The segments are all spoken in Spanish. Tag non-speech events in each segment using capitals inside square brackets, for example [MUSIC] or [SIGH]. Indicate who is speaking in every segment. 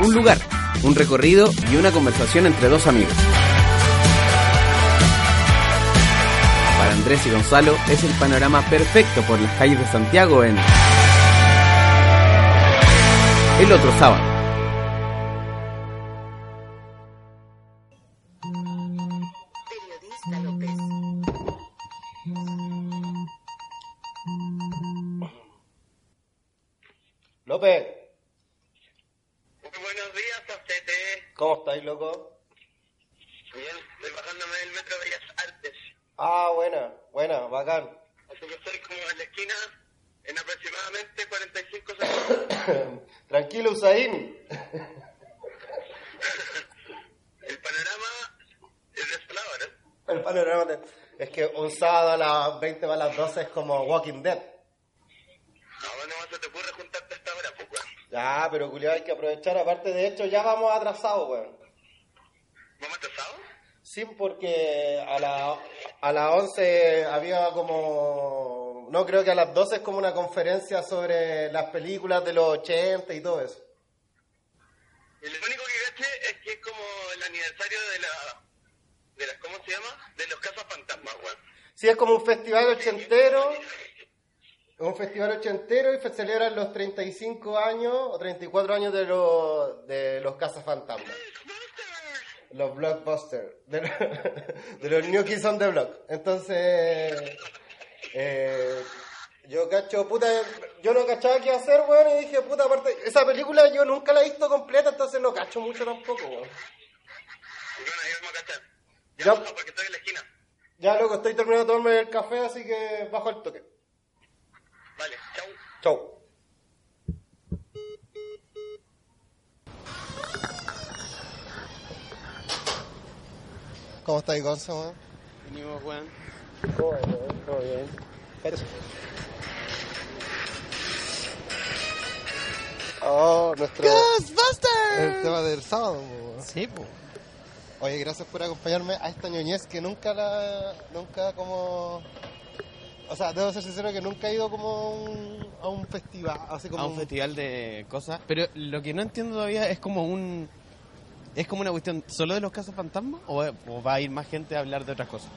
Speaker 1: un lugar, un recorrido y una conversación entre dos amigos. Para Andrés y Gonzalo es el panorama perfecto por las calles de Santiago en el otro sábado.
Speaker 2: Periodista López.
Speaker 3: López,
Speaker 2: Muy buenos días, Pastete.
Speaker 3: ¿cómo estáis, loco?
Speaker 2: Bien, estoy bajándome del metro Bellas Artes.
Speaker 3: Ah, buena, buena, bacán. [COUGHS]
Speaker 2: Así que estoy como en la esquina en aproximadamente 45 segundos.
Speaker 3: Tranquilo, Usain.
Speaker 2: El panorama es desolador. ¿eh?
Speaker 3: El panorama de- Es que un sábado a las 20 para las 12 es como Walking Dead.
Speaker 2: Ahora nomás se te ocurre juntarte a esta hora, pues, weón.
Speaker 3: Ya, pero culiao, hay que aprovechar. Aparte, de hecho, ya vamos atrasados, weón.
Speaker 2: ¿Vamos atrasados?
Speaker 3: Sí, porque a la, a las 11 había como... No, creo que a las 12 es como una conferencia sobre las películas de los 80 y todo eso.
Speaker 2: Y lo único que caché es que es como el aniversario de la. De las, ¿Cómo se llama? De los Casas Fantasmas, weón.
Speaker 3: Sí, es como un festival ochentero. Un festival ochentero y fe- celebran los 35 años o 34 años de, los de los cazafantasmas. Los blockbusters. De, lo- [LAUGHS] de los New Kids on the Block. Entonces, eh, yo cacho, puta, yo no cachaba qué hacer, weón, y dije, puta, aparte, esa película yo nunca la he visto completa, entonces no cacho mucho tampoco, weón.
Speaker 2: Y bueno, ahí vamos a cachar. Ya,
Speaker 3: Ya.
Speaker 2: vamos, porque estoy en la esquina.
Speaker 3: Ya, loco, estoy terminando de tomarme el café, así que bajo el toque.
Speaker 2: Vale, chau.
Speaker 3: Chau. ¿Cómo estáis, Gonza, weón?
Speaker 4: Venimos, weón.
Speaker 3: Todo bien, todo bien. Oh, nuestro... El tema del sábado, weón.
Speaker 4: Sí, po.
Speaker 3: Oye, gracias por acompañarme a esta ñoñez que nunca la... Nunca como... O sea, debo ser sincero que nunca he ido como a un- a un festival, así como
Speaker 4: A un festival de cosas. Pero lo que no entiendo todavía es como un. ¿Es como una cuestión solo de los casos fantasmas o, o va a ir más gente a hablar de otras cosas?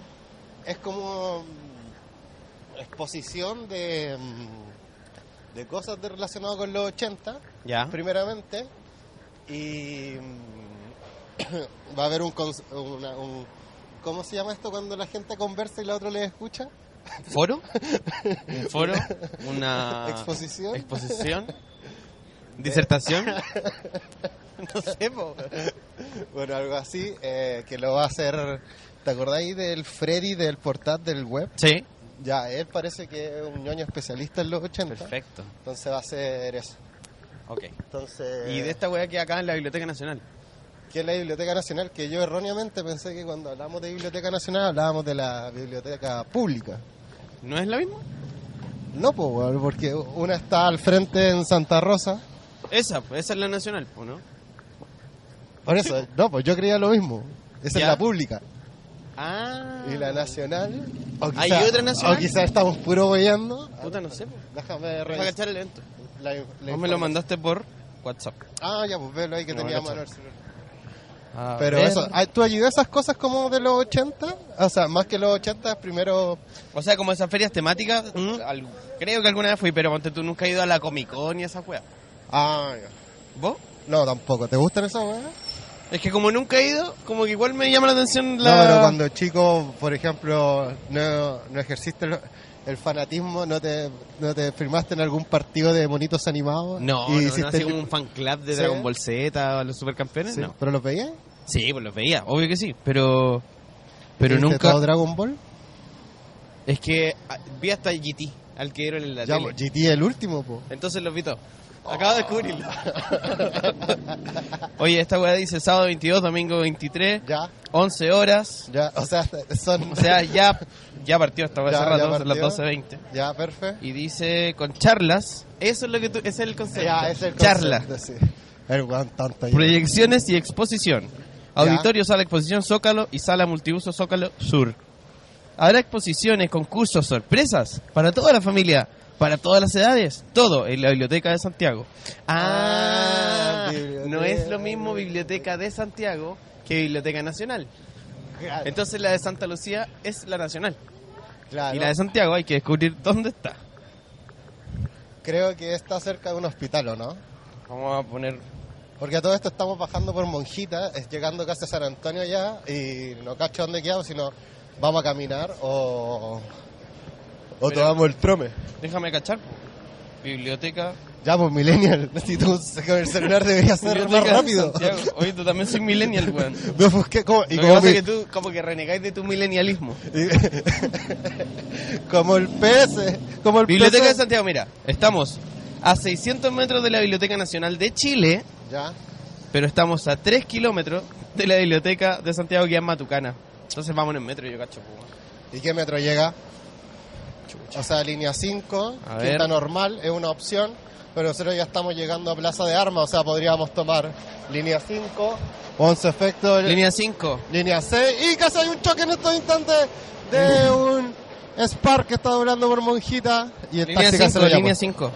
Speaker 3: es como mm, exposición de, mm, de cosas de- relacionadas con los 80,
Speaker 4: Ya.
Speaker 3: primeramente, y mm, [COUGHS] va a haber un, cons- una- un... ¿Cómo se llama esto cuando la gente conversa y la otra le escucha? [LAUGHS]
Speaker 4: ¿Foro? ¿Un foro? ¿Una.
Speaker 3: Exposición. [LAUGHS]
Speaker 4: ¿Exposición? ¿Disertación? no sé, po.
Speaker 3: Bueno, algo así, eh, que lo va a hacer... ¿Te acordáis del Freddy del portal del web?
Speaker 4: Sí.
Speaker 3: Ya, él parece que es un ñoño especialista en los 80.
Speaker 4: Perfecto.
Speaker 3: Entonces va a hacer eso.
Speaker 4: Ok.
Speaker 3: Entonces...
Speaker 4: Y de esta weá que acá en la Biblioteca Nacional.
Speaker 3: que es la Biblioteca Nacional, que yo erróneamente pensé que cuando hablamos de Biblioteca Nacional hablábamos de la biblioteca pública.
Speaker 4: ¿No es la misma?
Speaker 3: No, po, weón, porque una está al frente en Santa Rosa.
Speaker 4: Esa, po, esa es la Nacional, po, ¿no?
Speaker 3: Por eso, no, pues yo creía lo mismo. Esa
Speaker 4: Ya.
Speaker 3: es la pública.
Speaker 4: Ah.
Speaker 3: Y la nacional. o
Speaker 4: ¿Hay
Speaker 3: quizá-
Speaker 4: otra nacional?
Speaker 3: O quizás estamos puro boyando. Ah,
Speaker 4: Puta, no sé, po.
Speaker 3: Déjame
Speaker 4: Para
Speaker 3: revisar.
Speaker 4: cachar el evento.
Speaker 3: la- la
Speaker 4: Vos me lo
Speaker 3: información.
Speaker 4: mandaste por WhatsApp.
Speaker 3: Ah, ya, pues velo ahí que
Speaker 4: No,
Speaker 3: tenía
Speaker 4: la
Speaker 3: mano el
Speaker 4: chapa.
Speaker 3: celular. Pero eso, ah, ¿tú ayudas a esas cosas como de los 80? O sea, más que los 80, primero
Speaker 4: O sea, como esas ferias temáticas,
Speaker 3: ¿Mm?
Speaker 4: al- creo que alguna vez fui, pero ponte tú nunca has ido a la Comic Con y esa weá.
Speaker 3: Ah, ya.
Speaker 4: ¿Vos?
Speaker 3: No, tampoco. ¿Te gustan esas weas?
Speaker 4: Es que como nunca he ido, como que igual me llama la atención la.
Speaker 3: No, pero cuando chico, por ejemplo, no, no ejerciste el, el fanatismo, no te, no te firmaste en algún partido de monitos animados.
Speaker 4: No,
Speaker 3: y
Speaker 4: no, no,
Speaker 3: hiciste-
Speaker 4: así como un fan club de
Speaker 3: ¿Sí?
Speaker 4: Dragon Ball Z o los supercampeones,
Speaker 3: Sí,
Speaker 4: no.
Speaker 3: ¿Pero los veías?
Speaker 4: Sí, pues los veía, obvio que sí, pero. Pero
Speaker 3: ¿Viste
Speaker 4: nunca.
Speaker 3: todo Dragon Ball?
Speaker 4: Es que ah, vi hasta GT, al que dieron en la
Speaker 3: Ya, pues,
Speaker 4: tele.
Speaker 3: GT el último, po.
Speaker 4: Entonces los vi todos. Acabo de
Speaker 3: [LAUGHS]
Speaker 4: descubrirlo. Oye, esta weá dice sábado 22, domingo 23,
Speaker 3: Ya,
Speaker 4: 11 horas.
Speaker 3: ya, o sea, son...
Speaker 4: O sea, ya, ya partió esta
Speaker 3: [LAUGHS]
Speaker 4: weá
Speaker 3: Ya,
Speaker 4: hace
Speaker 3: ya
Speaker 4: rato, son las
Speaker 3: partió.
Speaker 4: 12.20.
Speaker 3: ya, perfecto.
Speaker 4: Y dice con charlas. Eso es lo que tú, ese es el concepto.
Speaker 3: Ya, es el
Speaker 4: Charla.
Speaker 3: concepto, sí. El weón tanto. ya.
Speaker 4: Proyecciones y exposición. Auditorio, sala de exposición Zócalo y sala multiuso Zócalo Sur. Habrá exposiciones, concursos, sorpresas para toda la familia, para todas las edades, todo en la Biblioteca de Santiago.
Speaker 3: Ah, biblioteca.
Speaker 4: no es lo mismo Biblioteca de Santiago que Biblioteca Nacional.
Speaker 3: Claro,
Speaker 4: Entonces la de Santa Lucía es la nacional.
Speaker 3: claro.
Speaker 4: Y la de Santiago hay que descubrir dónde está.
Speaker 3: Creo que está cerca de un hospital, ¿o no?
Speaker 4: Vamos a poner...
Speaker 3: Porque a todo esto estamos bajando por Monjita, es llegando casi a San Antonio ya, y no cacho dónde quedamos, sino vamos a caminar o, o
Speaker 4: Pero-
Speaker 3: tomamos el trome.
Speaker 4: Déjame cachar. po. Biblioteca...
Speaker 3: Ya, pues Millennial, [LAUGHS] necesito un- con el celular debería ser
Speaker 4: Biblioteca
Speaker 3: más
Speaker 4: de
Speaker 3: rápido. [LAUGHS]
Speaker 4: Santiago. Oye, tú también soy millennial, weón.
Speaker 3: Me busqué como, y
Speaker 4: Lo que
Speaker 3: como,
Speaker 4: pasa
Speaker 3: mi-
Speaker 4: es que tú como que renegáis de tu milenialismo.
Speaker 3: y- [LAUGHS] como el PS, como el
Speaker 4: Biblioteca de
Speaker 3: PS.
Speaker 4: Santiago, mira, estamos a 600 metros de la Biblioteca Nacional de Chile,
Speaker 3: Ya,
Speaker 4: pero estamos a 3 kilómetros de la Biblioteca de Santiago que es Matucana. Entonces vámonos en metro, yo cacho. pues, po.
Speaker 3: ¿y qué metro llega? O sea, línea 5,
Speaker 4: A
Speaker 3: que está
Speaker 4: ver.
Speaker 3: normal, es una opción, pero nosotros ya estamos llegando a Plaza de Armas, o sea, podríamos tomar línea 5, 11 efecto,
Speaker 4: Línea 5.
Speaker 3: línea 6, y casi hay un choque en estos instantes de un Spark que está durando por Monjita, y el
Speaker 4: Línea
Speaker 3: taxi se
Speaker 4: 5,
Speaker 3: lo
Speaker 4: línea 5.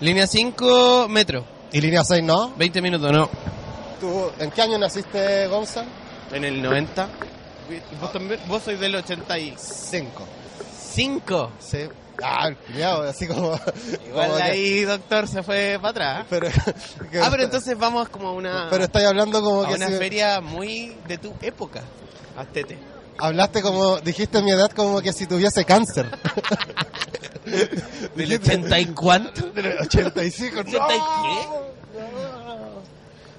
Speaker 4: Línea 5, metro.
Speaker 3: Y línea 6 no.
Speaker 4: 20 minutos, no.
Speaker 3: ¿Tú, ¿En qué año naciste, Gonza?
Speaker 4: En el 90. Vos, también, vos sois del 85.
Speaker 3: 5.
Speaker 4: Igual
Speaker 3: Sí. Ah, el culiao, así como. como que-
Speaker 4: ahí, doctor, se fue para atrás.
Speaker 3: Pero,
Speaker 4: Ah, pero entonces vamos como a una...
Speaker 3: Pero estáis hablando como
Speaker 4: a
Speaker 3: que.
Speaker 4: una
Speaker 3: si-
Speaker 4: feria muy de tu época.
Speaker 3: [LAUGHS]
Speaker 4: Astete.
Speaker 3: hablaste como. Dijiste mi edad como que si tuviese cáncer.
Speaker 4: ¿Del
Speaker 3: Dijiste-
Speaker 4: 80 y cuánto?
Speaker 3: Del 85. no.
Speaker 4: ¿Ochenta y
Speaker 3: No.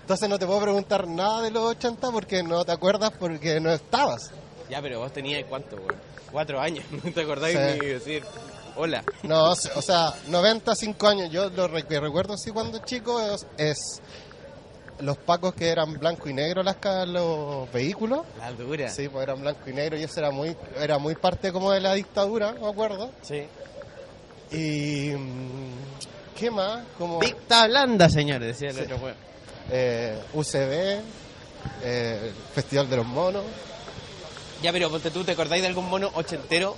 Speaker 3: Entonces no te puedo preguntar nada de los 80 porque no te acuerdas porque no estabas.
Speaker 4: Ya, pero vos tenías cuánto, güey. Cuatro años. [LAUGHS] No te acordás
Speaker 3: Sí.
Speaker 4: ni decir hola.
Speaker 3: No, o se- o sea, 95 años. Yo lo re- que recuerdo así cuando chico es, es los pacos que eran blanco y negro las ca- los vehículos.
Speaker 4: La dura.
Speaker 3: Sí, pues eran blanco y negro y eso era muy era muy parte como de la dictadura, me acuerdo.
Speaker 4: Sí.
Speaker 3: Y mm, ¿qué más? Como
Speaker 4: Dicta blanda, señores, decía el otro güey.
Speaker 3: eh, UCB, eh, el Festival de los Monos.
Speaker 4: Ya, pero ponte tú, ¿te acordáis de algún mono ochentero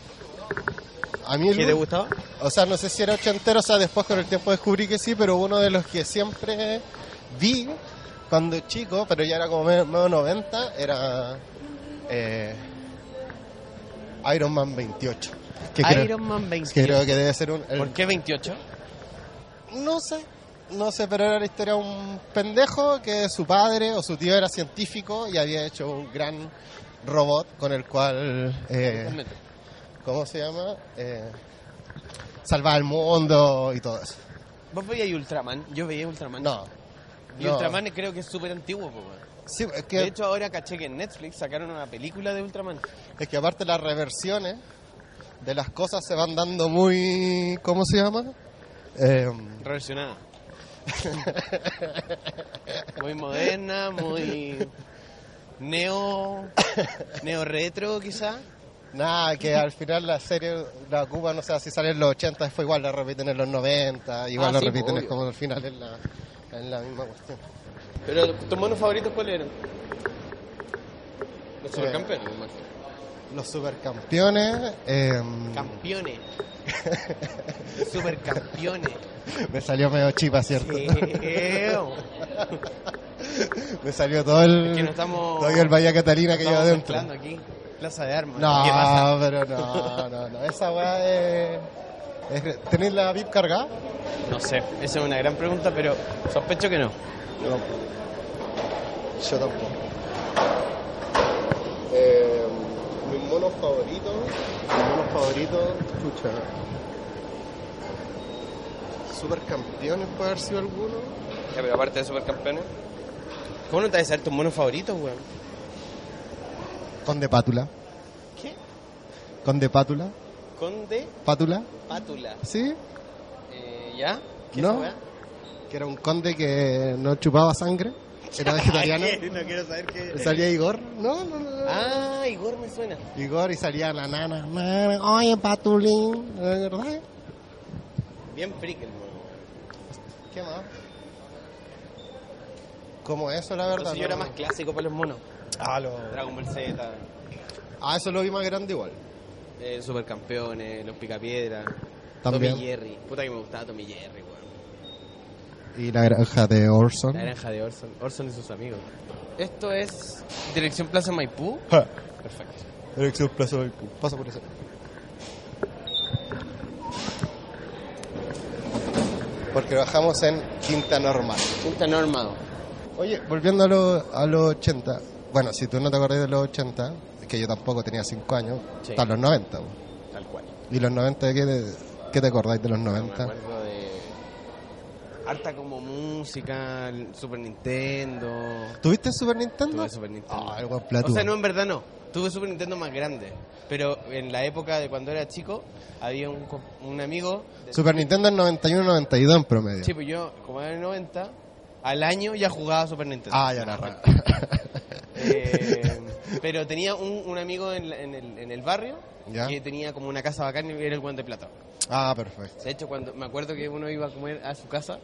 Speaker 3: A mí
Speaker 4: que
Speaker 3: el
Speaker 4: te
Speaker 3: ul-
Speaker 4: gustaba?
Speaker 3: O sea, no sé si era ochentero, o sea, después con el tiempo descubrí que sí, pero uno de los que siempre vi cuando chico, pero ya era como medio, medio 90, era eh, Iron Man 28. Que creo,
Speaker 4: Iron Man
Speaker 3: que
Speaker 4: 28.
Speaker 3: creo que debe ser un... el-
Speaker 4: ¿Por qué 28?
Speaker 3: No sé, no sé, pero era la historia de un pendejo que su padre o su tío era científico y había hecho un gran robot con el cual... eh, ¿Cómo se llama? Eh, salvar al mundo y todo eso.
Speaker 4: ¿Vos veíais Ultraman? Yo veía Ultraman.
Speaker 3: No.
Speaker 4: Y
Speaker 3: no.
Speaker 4: Ultraman creo que es súper antiguo, po, güey.
Speaker 3: Sí, es
Speaker 4: De
Speaker 3: que,
Speaker 4: hecho, ahora caché que en Netflix sacaron una película de Ultraman.
Speaker 3: es que aparte las reversiones de las cosas se van dando muy... ¿Cómo se llama? Eh,
Speaker 4: [LAUGHS] Reversionada. muy moderna, muy neo neo retro quizá.
Speaker 3: nada, que al final la serie la Cuba, no sé, si sale en los 80, después igual la repiten en los 90, igual
Speaker 4: Ah,
Speaker 3: la
Speaker 4: sí, pues,
Speaker 3: repiten, es
Speaker 4: obvio.
Speaker 3: como al final es la, es la misma cuestión.
Speaker 4: Pero tus monos favoritos cuáles eran? Los
Speaker 3: supercampeones,
Speaker 4: supercampeones, me imagino.
Speaker 3: Los supercampeones... em,
Speaker 4: Campeones. supercampeones. Eh,
Speaker 3: me salió medio chipa, ¿cierto?
Speaker 4: Creo.
Speaker 3: me salió todo el...
Speaker 4: Es que no estamos-
Speaker 3: Todo el Bahía Catalina que lleva
Speaker 4: Estamos
Speaker 3: adentro.
Speaker 4: mezclando aquí. Plaza de armas.
Speaker 3: No,
Speaker 4: ¿Qué pasa?
Speaker 3: pero no, no, no. Esa weá es. es- ¿Tenéis la VIP cargada?
Speaker 4: No sé, esa es una gran pregunta, pero sospecho que no.
Speaker 3: Yo tampoco. Yo tampoco. Eh, mis monos favoritos. Mis monos favoritos. Escucha. Supercampeones puede haber sido alguno.
Speaker 4: Ya, pero aparte de supercampeones. ¿Cómo no te vas a saber tus monos favoritos, weón?
Speaker 3: Con de pátula.
Speaker 4: ¿Qué?
Speaker 3: Con de pátula.
Speaker 4: Conde
Speaker 3: ¿Pátula?
Speaker 4: Pátula.
Speaker 3: ¿Sí?
Speaker 4: Eh, ¿Ya? ¿Qué
Speaker 3: No.
Speaker 4: esa weá?
Speaker 3: Que era un conde que no chupaba sangre. Era [LAUGHS] vegetariano.
Speaker 4: Ay, [LAUGHS] no quiero saber qué.
Speaker 3: ¿Salía Igor? No, no, no. no.
Speaker 4: Ah, Igor me suena.
Speaker 3: Igor y salía la nana, nana, oye Patulín, ¿de verdad?
Speaker 4: Bien freak el mono.
Speaker 3: ¿Qué más? Como eso, la verdad.
Speaker 4: Entonces yo era
Speaker 3: no.
Speaker 4: más clásico para los monos.
Speaker 3: Ah, lo-
Speaker 4: Dragon Ball Z,
Speaker 3: ah, eso lo vi más grande igual.
Speaker 4: eh, Supercampeones, Los Picapiedra,
Speaker 3: También.
Speaker 4: Tommy Jerry. Puta que me gustaba Tommy Jerry, weón.
Speaker 3: y la granja de Orson.
Speaker 4: La granja de Orson. Orson y sus amigos. Esto es
Speaker 1: Dirección Plaza Maipú.
Speaker 3: Ja,
Speaker 1: Perfecto.
Speaker 3: Dirección Plaza Maipú. Pasa por eso. Porque bajamos en Quinta Normal.
Speaker 4: Punta Normado.
Speaker 3: Oye, volviendo a los a los 80. Bueno, si tú no te acordás de los 80, es que yo tampoco tenía 5 años,
Speaker 4: Sí.
Speaker 3: hasta los 90. po.
Speaker 4: Tal cual.
Speaker 3: ¿Y los 90 de qué te, qué te acordáis de los
Speaker 4: Me
Speaker 3: 90?
Speaker 4: acuerdo de. Harta como música, el Super Nintendo.
Speaker 3: ¿Tuviste Super Nintendo?
Speaker 4: Tuve Super Nintendo.
Speaker 3: Ah, el buen plato.
Speaker 4: o sea, no, en verdad no. Tuve Super Nintendo más grande. Pero en la época de cuando era chico, había un, co- un amigo. de-
Speaker 3: Super Nintendo en 91-92 en promedio.
Speaker 4: Sí, pues yo, como era el 90, al año ya jugaba Super Nintendo.
Speaker 3: Ah, ya la raja.
Speaker 4: Eh, pero tenía un, un amigo en, la- en el, en el barrio
Speaker 3: [LAUGHS] Ya.
Speaker 4: que tenía como una casa bacana y era el guante de plata.
Speaker 3: Ah, perfecto.
Speaker 4: De hecho, cuando me acuerdo que uno iba a comer a su casa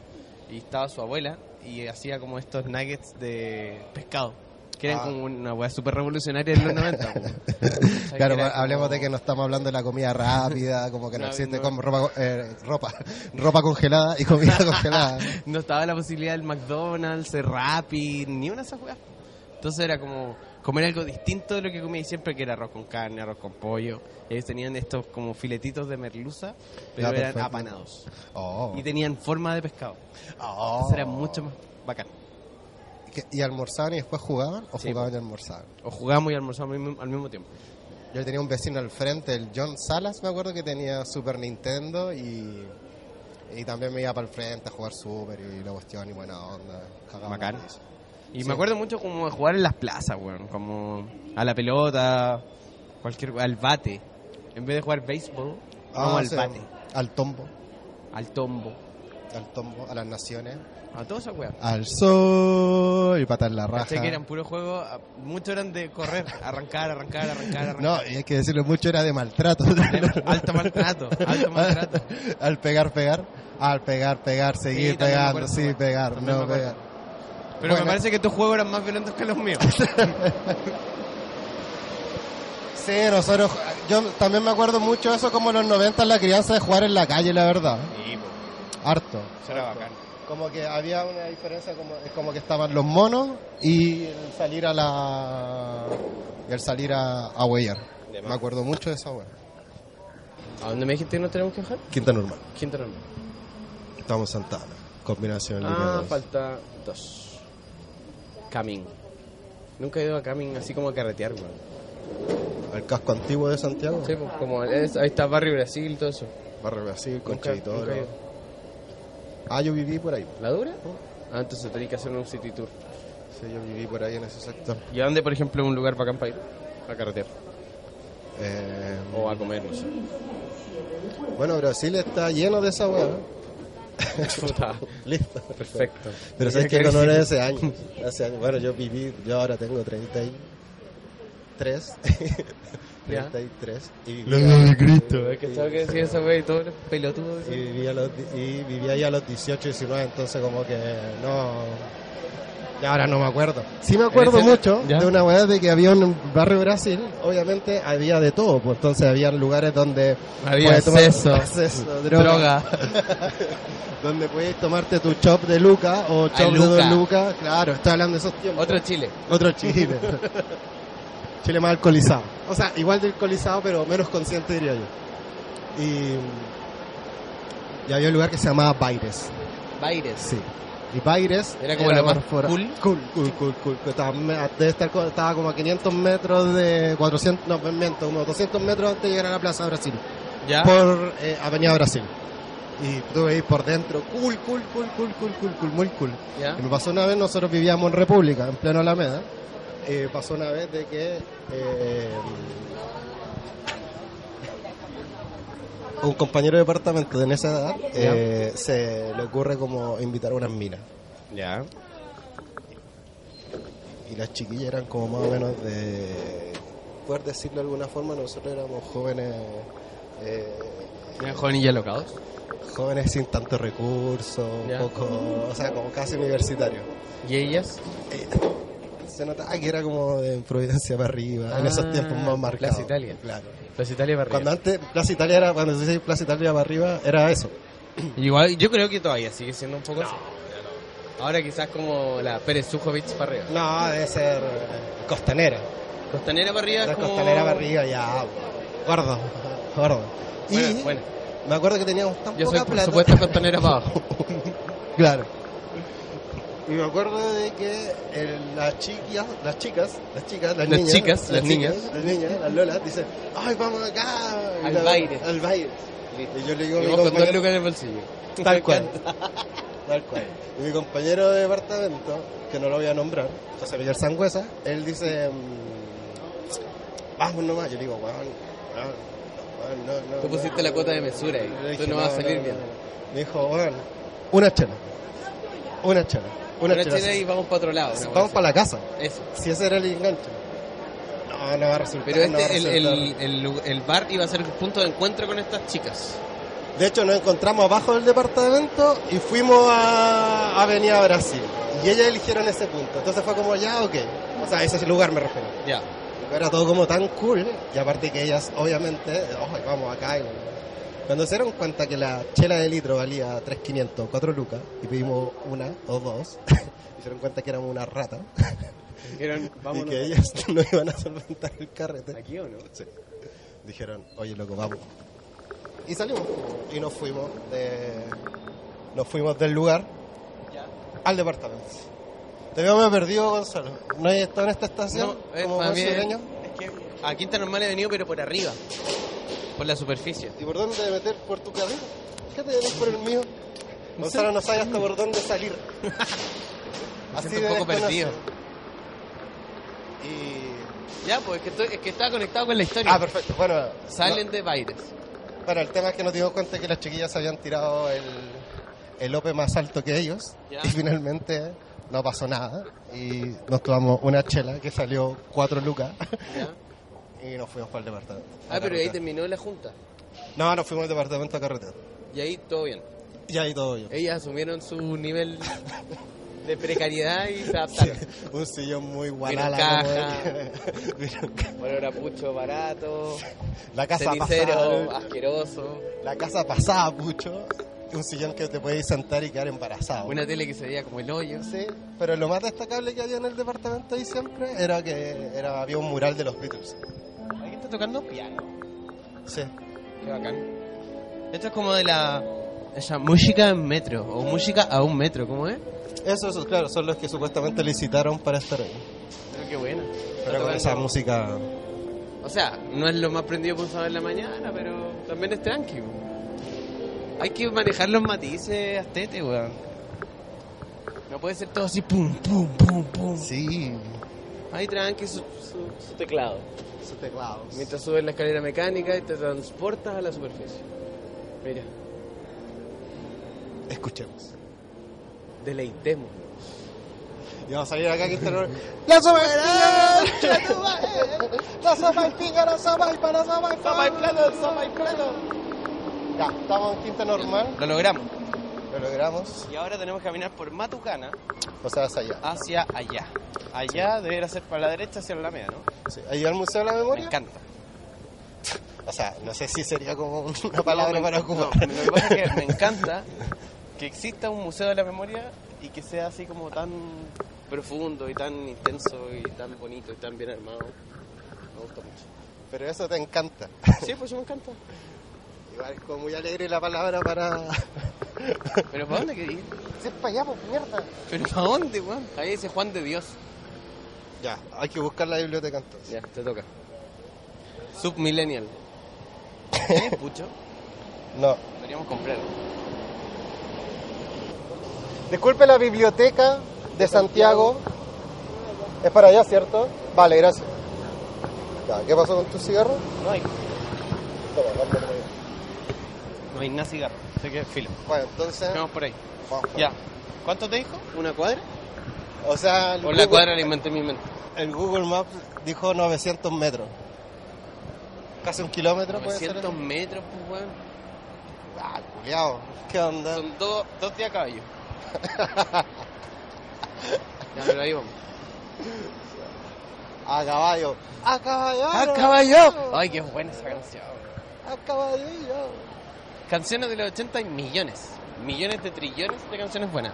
Speaker 4: y estaba su abuela y hacía como estos nuggets de pescado, que eran
Speaker 3: Ah.
Speaker 4: como una weá súper revolucionaria en los
Speaker 3: [LAUGHS]
Speaker 4: 90. po. O sea,
Speaker 3: Claro, pues,
Speaker 4: que era
Speaker 3: hablemos
Speaker 4: como-
Speaker 3: de que no estamos hablando de la comida rápida, como que
Speaker 4: [LAUGHS]
Speaker 3: no,
Speaker 4: No,
Speaker 3: existe
Speaker 4: no.
Speaker 3: como ropa, eh, ropa, [LAUGHS] ropa congelada y
Speaker 4: [LAUGHS]
Speaker 3: comida congelada.
Speaker 4: no estaba la posibilidad del McDonald's, el Rappi, ni una de esas weas. Entonces era como comer algo distinto de lo que comía siempre, que era arroz con carne, arroz con pollo. Ellos tenían estos como filetitos de merluza, pero
Speaker 3: Ya,
Speaker 4: eran
Speaker 3: Ah, perfecto.
Speaker 4: apanados.
Speaker 3: Oh.
Speaker 4: Y tenían forma de pescado.
Speaker 3: Oh.
Speaker 4: Entonces era mucho más bacán.
Speaker 3: ¿Qué- ¿Y almorzaban y después jugaban o
Speaker 4: Sí, pues.
Speaker 3: jugaban y almorzaban?
Speaker 4: O jugábamos y almorzábamos al mismo- al mismo tiempo.
Speaker 3: Yo tenía un vecino al frente, el John Salas, me acuerdo que tenía Super Nintendo y, y también me iba para el frente a jugar Super y la cuestión y buena onda. cagábamos
Speaker 4: Bacán.
Speaker 3: de risa.
Speaker 4: Y
Speaker 3: Sí.
Speaker 4: me acuerdo mucho como de jugar en las plazas, weón. Como a la pelota, cualquier al bate. En vez de jugar béisbol,
Speaker 3: Ah,
Speaker 4: vamos
Speaker 3: sí,
Speaker 4: al bate,
Speaker 3: Al tombo,
Speaker 4: al tombo,
Speaker 3: al tombo, a las naciones,
Speaker 4: a todas esas weas.
Speaker 3: al sol y patar la raja.
Speaker 4: Caché que eran puros juegos, a- muchos eran de
Speaker 3: [LAUGHS]
Speaker 4: correr, arrancar, arrancar, arrancar, arrancar.
Speaker 3: No, y hay que decirlo mucho, era de maltrato. [LAUGHS]
Speaker 4: Era Alto maltrato, alto maltrato.
Speaker 3: al pegar, pegar. Al pegar, pegar, seguir
Speaker 4: Sí, también me
Speaker 3: pegando,
Speaker 4: acuerdo,
Speaker 3: sí,
Speaker 4: weón.
Speaker 3: pegar,
Speaker 4: También
Speaker 3: no
Speaker 4: me acuerdo.
Speaker 3: pegar.
Speaker 4: Pero
Speaker 3: Bueno.
Speaker 4: me parece que estos juegos eran más violentos que los
Speaker 3: [LAUGHS]
Speaker 4: míos.
Speaker 3: Sí, nosotros, yo también me acuerdo mucho eso como en los 90 la crianza de jugar en la calle, la verdad.
Speaker 4: Sí, po,
Speaker 3: Harto.
Speaker 4: eso era bacán.
Speaker 3: Como que había una diferencia, como, es como que estaban los monos y el salir a la... y el salir a, a huellar.
Speaker 4: De más.
Speaker 3: Me acuerdo mucho de esa hueá.
Speaker 4: ¿A dónde me dijiste que nos tenemos que bajar?
Speaker 3: Quinta normal.
Speaker 4: ¿Quién tenemos?
Speaker 3: Estamos en Santana. Combinación
Speaker 4: Ah, falta dos. Camin. Nunca he ido a Camin así como a carretear, weón.
Speaker 3: El casco antiguo de Santiago.
Speaker 4: Sí, pues, como es- ahí está Barrio Brasil y todo eso.
Speaker 3: Barrio Brasil,
Speaker 4: Nunca-
Speaker 3: Concha y Toro.
Speaker 4: nunca he ido.
Speaker 3: Ah, yo viví por ahí.
Speaker 4: ¿La dura? Ah, entonces tenés que hacer un city tour.
Speaker 3: Sí, yo viví por ahí en ese sector.
Speaker 4: ¿Y a dónde, por ejemplo, un lugar bacán para ir? A carretear.
Speaker 3: Eh,
Speaker 4: O a comer, no sé.
Speaker 3: bueno, Brasil está lleno de esa hueá.
Speaker 4: [LAUGHS] Puta,
Speaker 3: [LAUGHS] Listo.
Speaker 4: Perfecto.
Speaker 3: Pero
Speaker 4: [LAUGHS]
Speaker 3: sabes que no honor de ese año. Hace años. Bueno, yo viví, yo ahora tengo 33. [LAUGHS] 33. Y vivía,
Speaker 1: de Cristo.
Speaker 4: Es que tengo que decir esa wey y todo el pelotudo.
Speaker 3: y vivía, a los, di- y vivía ahí a los 18, 19, entonces como que no... Y ahora no me acuerdo. Este, Sí me acuerdo
Speaker 4: ¿En ese-
Speaker 3: mucho
Speaker 1: ya?
Speaker 3: de una weá de que había un barrio Brasil, obviamente había de todo, pues entonces había lugares donde...
Speaker 1: Había
Speaker 3: puedes tomar- [LAUGHS]
Speaker 1: acceso,
Speaker 3: acceso, droga,
Speaker 1: Droga.
Speaker 3: donde puedes tomarte tu chop de Luca o chop de
Speaker 1: Luca.
Speaker 3: dos Lucas, claro, estoy hablando de esos tiempos.
Speaker 4: Otro Chile.
Speaker 3: Otro Chile. Chile más alcoholizado. O sea, igual de alcoholizado, pero menos consciente, diría yo. Y, y había un lugar que se llamaba Baires.
Speaker 4: Baires.
Speaker 3: Sí. Y Baires
Speaker 4: Era como lo más
Speaker 3: fuera-
Speaker 4: cool.
Speaker 3: Cool, cool, cool, cool. que Estaba, me- debe estar co- estaba como a 500 metros de 400, no, me miento, como 200 metros antes de llegar a la Plaza de Brasil.
Speaker 4: ¿Ya?
Speaker 3: Por eh, Avenida Brasil. Y tuve ahí por dentro. Cool, cool, cool, cool, cool, cool, cool, muy cool.
Speaker 4: ¿Ya?
Speaker 3: Y me pasó una vez, nosotros vivíamos en República, en pleno Alameda. Eh, pasó una vez de que. eh, un compañero de departamento de en esa edad eh, se le ocurre como invitar a unas minas.
Speaker 4: Ya.
Speaker 3: Y las chiquillas eran como más o menos de. Poder decirlo de alguna forma, nosotros éramos jóvenes. eh,
Speaker 4: ¿Eran jóvenes y alocados?
Speaker 3: jóvenes sin tanto recursos, un
Speaker 4: Ya.
Speaker 3: poco, o sea, como casi universitario.
Speaker 4: ¿Y ellas?
Speaker 3: Se notaba que era como de Providencia para arriba, en esos
Speaker 4: Ah,
Speaker 3: tiempos más marcados.
Speaker 4: Plaza Italia.
Speaker 3: Claro.
Speaker 4: Los Italia para
Speaker 3: Cuando
Speaker 4: arriba.
Speaker 3: antes Plaza Italia era, cuando se dice Plaza Italia para arriba, era eso.
Speaker 4: Igual, yo creo que todavía sigue siendo un poco así. Ahora quizás como la Pérez Sujovic para arriba.
Speaker 3: No, debe ser costanera.
Speaker 4: Costanera para arriba es
Speaker 3: La
Speaker 4: como...
Speaker 3: costanera para arriba, ya. Gordo, gordo. Y
Speaker 4: Bueno, bueno.
Speaker 3: me acuerdo que teníamos tan
Speaker 4: Yo soy
Speaker 3: poca
Speaker 4: por
Speaker 3: plata.
Speaker 4: supuesto costanera para abajo.
Speaker 3: Claro. Y me acuerdo de que el- las chiquillas, las chicas, las chicas, las,
Speaker 4: Las
Speaker 3: niñas,
Speaker 4: chicas, las niñas.
Speaker 3: las niñas, las lolas, dicen, ay, vamos acá. y
Speaker 4: Al
Speaker 3: la-
Speaker 4: baile.
Speaker 3: Al baile. Y [LAUGHS] yo le digo, a
Speaker 4: Y
Speaker 3: mi
Speaker 4: vos con dos
Speaker 3: compañero-
Speaker 4: lucas en el bolsillo.
Speaker 3: [LAUGHS] Tal cual. Tal cual. Y mi compañero de departamento, que no lo voy a nombrar, José Miguel Sangüesa, él dice, mm, vamos nomás. Yo le digo, weón, weón, weón, no, no.
Speaker 4: Tú
Speaker 3: no".
Speaker 4: pusiste la cuota de mesura ahí.
Speaker 3: Yo le
Speaker 4: Tú
Speaker 3: dije,
Speaker 4: no vas a salir
Speaker 3: no,
Speaker 4: bien.
Speaker 3: no". Me dijo, weón, una chela. Una chela. Una,
Speaker 4: Una
Speaker 3: chela.
Speaker 4: chela y vamos para otro lado. una
Speaker 3: Vamos
Speaker 4: cosa
Speaker 3: para la casa.
Speaker 4: así. Eso.
Speaker 3: Si ese era el enganche. No, no va a resultar.
Speaker 4: Pero
Speaker 3: no va a
Speaker 4: este, el, el,
Speaker 3: resultar.
Speaker 4: el lu- el bar iba a ser el punto de encuentro con estas chicas.
Speaker 3: De hecho, nos encontramos abajo del departamento y fuimos a Avenida Brasil. Y ellas eligieron ese punto. Entonces fue como, ya, ok. O sea, ese es el lugar me refiero.
Speaker 4: Ya.
Speaker 3: Era todo como tan cool. Y aparte que ellas, obviamente, ojo, vamos acá. y- Cuando se dieron cuenta que la chela de litro valía 3.500, 4 lucas, y pedimos una o dos, [LAUGHS] se dieron cuenta que éramos una rata
Speaker 4: Dijeron,
Speaker 3: y
Speaker 4: vámonos.
Speaker 3: que ellas [LAUGHS] no iban a solventar el carrete.
Speaker 4: ¿Aquí o no?
Speaker 3: dijeron, oye loco, vamos. Y salimos y nos fuimos de nos fuimos del lugar al departamento. Te veo medio perdido, Gonzalo. ¿No has estado en esta estación
Speaker 4: No, eh, es
Speaker 3: como
Speaker 4: más bien-
Speaker 3: brasileño?
Speaker 4: Es que a Quinta Normal he venido, pero por arriba. Por la superficie.
Speaker 3: ¿Y por dónde meter por tu carril? ¿Qué te metes por el mío? Gonzalo no sabe hasta por dónde
Speaker 4: [LAUGHS]
Speaker 3: salir.
Speaker 4: Me siento un
Speaker 3: de
Speaker 4: poco perdido.
Speaker 3: desconocido. Y...
Speaker 4: Ya, pues es que, estoy- es que estaba conectado con la historia.
Speaker 3: Ah, perfecto. Bueno,
Speaker 4: Salen de bailes.
Speaker 3: no- bueno, el tema es que nos dimos cuenta que las chiquillas habían tirado el, el OPE más alto que ellos.
Speaker 4: Ya.
Speaker 3: Y finalmente no pasó nada. Y nos tomamos una chela que salió cuatro lucas.
Speaker 4: Ya.
Speaker 3: Y nos fuimos para el departamento.
Speaker 4: Ah,
Speaker 3: A
Speaker 4: pero ahí
Speaker 3: carretear.
Speaker 4: terminó la junta.
Speaker 3: No, nos fuimos al departamento a carretera.
Speaker 4: Y ahí todo bien.
Speaker 3: Y ahí todo yo.
Speaker 4: Ellas asumieron su nivel de precariedad y se adaptaron.
Speaker 3: Un sillón muy
Speaker 4: Vino
Speaker 3: guanala.
Speaker 4: caja.
Speaker 3: como de- Vino ca-
Speaker 4: Olor a pucho barato,
Speaker 3: [LAUGHS] la casa
Speaker 4: cenicero,
Speaker 3: pasada.
Speaker 4: asqueroso.
Speaker 3: La casa pasada, mucho. Un sillón que te puedes sentar y quedar embarazado.
Speaker 4: Una tele que se veía como el hoyo.
Speaker 3: Sí, pero lo más destacable que había en el departamento ahí siempre era que era, había un mural de los Beatles.
Speaker 4: Aquí está tocando piano.
Speaker 3: Sí.
Speaker 4: Qué bacán. Esto es como de la... Esa música en metro, o música a un metro, ¿cómo es?
Speaker 3: Esos, claro, son los que supuestamente licitaron para estar ahí.
Speaker 4: Pero qué buena. Está
Speaker 3: Pero con
Speaker 4: tocando-
Speaker 3: esa música.
Speaker 4: O sea, no es lo más prendido por saber en la mañana, pero también es tranquilo. Hay que manejar los matices astete, weón. No puede ser todo así, pum, pum, pum, pum.
Speaker 3: Sí.
Speaker 4: Ahí tranqui su, su- su teclado.
Speaker 3: Su teclado.
Speaker 4: Mientras subes la escalera mecánica y te transportas a la superficie. Mira,
Speaker 3: Escuchemos.
Speaker 4: deleitemos.
Speaker 3: Y vamos a salir acá que este no- ¡La sopa del pícaro! ¡La sopa del pícaro! ¡Sopa del pícaro! ¡Sopa del plato! ¡Sopa del plato! Ya, estamos en quinta normal.
Speaker 4: Lo logramos.
Speaker 3: Lo logramos.
Speaker 4: Y ahora tenemos que caminar por Matucana
Speaker 3: O sea, hasta allá.
Speaker 4: hacia allá. Allá debería ser para la derecha hacia la Alameda, ¿no?
Speaker 3: Sí, Ahí al Museo de la
Speaker 4: Me
Speaker 3: Memoria.
Speaker 4: encanta.
Speaker 3: O sea, no sé si sería como [LAUGHS] una palabra
Speaker 4: No, me-
Speaker 3: para
Speaker 4: no,
Speaker 3: ocupar.
Speaker 4: lo que pasa es que me [LAUGHS] encanta que exista un museo de la memoria y que sea así como tan profundo y tan intenso y tan bonito y tan bien armado. Me gusta [LAUGHS] mucho.
Speaker 3: Pero eso te encanta.
Speaker 4: Sí, pues yo me encanta.
Speaker 3: Igual es como muy alegre la palabra para.
Speaker 4: Pero ¿para dónde querés ir?
Speaker 3: ¡Sí, para allá, pues mierda!
Speaker 4: ¿Pero para dónde, weón? Ahí dice Juan de Dios.
Speaker 3: Ya, hay que buscar la biblioteca entonces.
Speaker 4: Ya, te toca. [LAUGHS] Submillennial. ¿Eh, pucho?
Speaker 3: No.
Speaker 4: Deberíamos comprarlo.
Speaker 3: Disculpe la biblioteca de Santiago. Es para allá, ¿cierto? Vale, gracias. Ya, ¿Qué pasó con tu cigarro?
Speaker 4: No hay,
Speaker 3: Toma, dámelo por ahí.
Speaker 4: no hay nada cigarro. Así que filo.
Speaker 3: Bueno, entonces.
Speaker 4: Vamos por ahí.
Speaker 3: vamos por
Speaker 4: Ya.
Speaker 3: ahí.
Speaker 4: ¿Cuánto te dijo? ¿Una cuadra?
Speaker 3: O sea, el
Speaker 4: Por la
Speaker 3: Google-
Speaker 4: cuadra la inventé en mi mente.
Speaker 3: El Google Maps dijo 900 metros. Casi un kilómetro puede ser.
Speaker 4: 900 metros, pues, weón.
Speaker 3: Ah, culiao. ¿Qué onda?
Speaker 4: Son dos, dos días a caballo. [LAUGHS] ya, pero ahí vamos.
Speaker 3: A caballo. A caballo.
Speaker 4: ¡Ah, Ay, qué buena esa canción.
Speaker 3: A caballo.
Speaker 4: Canciones de los 80 hay millones. Millones de trillones de canciones buenas.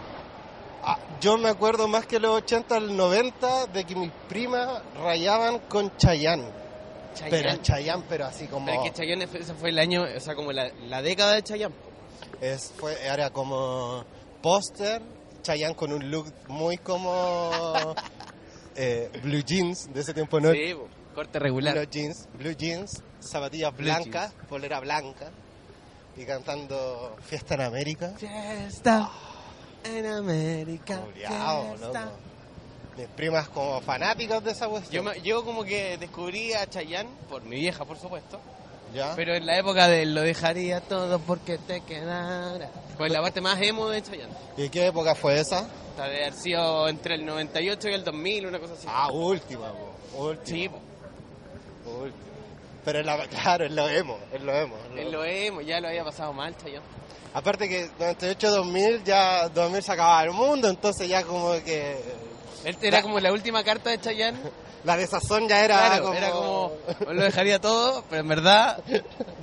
Speaker 3: Ah, yo me acuerdo más que los 80 al 90 de que mis primas rayaban con Chayanne. Pero Chayanne, pero así como...
Speaker 4: Pero es que Chayanne fue- ese fue el año, o sea, como la, la década de Chayanne.
Speaker 3: Es, fue, era como póster, Chayanne con un look muy como
Speaker 4: [LAUGHS]
Speaker 3: eh, blue jeans de ese tiempo, ¿no?
Speaker 4: Sí, po, corte regular.
Speaker 3: Blue jeans, blue jeans, zapatillas
Speaker 4: Blue
Speaker 3: blancas, polera blanca y cantando Fiesta en América.
Speaker 4: Fiesta en América.
Speaker 3: Culeado,
Speaker 4: fiesta.
Speaker 3: loco. Mis primas como fanáticas de esa
Speaker 4: Yo,
Speaker 3: cuestión.
Speaker 4: me- yo como que descubrí a Chayanne, por mi vieja, por supuesto,
Speaker 3: ¿Ya?
Speaker 4: pero en la época de lo dejaría todo porque te quedara. Pues la parte más emo de Chayanne.
Speaker 3: ¿Y qué época fue esa?
Speaker 4: O sea, de haber sido entre el 98 y el 2000, una cosa así.
Speaker 3: Ah, última, po, última,
Speaker 4: sí, po.
Speaker 3: última. Pero en la- [LAUGHS] claro, en lo emo, en lo emo. en lo
Speaker 4: en
Speaker 3: emo.
Speaker 4: lo emo, ya lo había pasado mal Chayanne.
Speaker 3: Aparte que 98-2000 ya 2000 se acababa el mundo, entonces ya como que
Speaker 4: Él era como la última carta de Chayanne.
Speaker 3: la desazón ya era,
Speaker 4: claro,
Speaker 3: como...
Speaker 4: era como lo dejaría todo, pero en verdad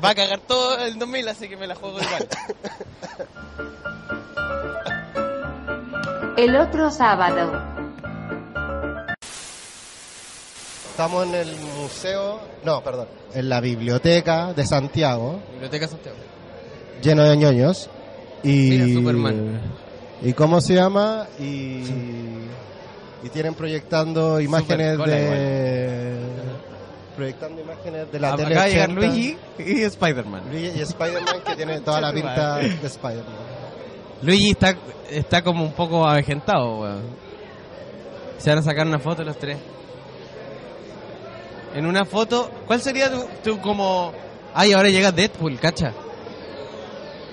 Speaker 4: va a cagar todo el 2000, así que me la juego igual.
Speaker 5: El otro sábado.
Speaker 3: Estamos en el museo, no, perdón, en la biblioteca de Santiago,
Speaker 4: [LAUGHS] Biblioteca Santiago.
Speaker 3: lleno de ñoños y
Speaker 4: Mira, Superman.
Speaker 3: ¿Y cómo se llama? Y y tienen proyectando imágenes
Speaker 4: Supercola
Speaker 3: de proyectando imágenes de la
Speaker 4: Acá
Speaker 3: tele
Speaker 4: va a llegar
Speaker 3: 80.
Speaker 4: Luigi y Spider-Man.
Speaker 3: Luigi y Spider-Man que tiene toda la pinta de Spider-Man.
Speaker 4: Luigi está, está como un poco avejentado, weón. Se van a sacar una foto los tres. En una foto, ¿cuál sería tu, tu como... Ay, ahora llega Deadpool, cacha.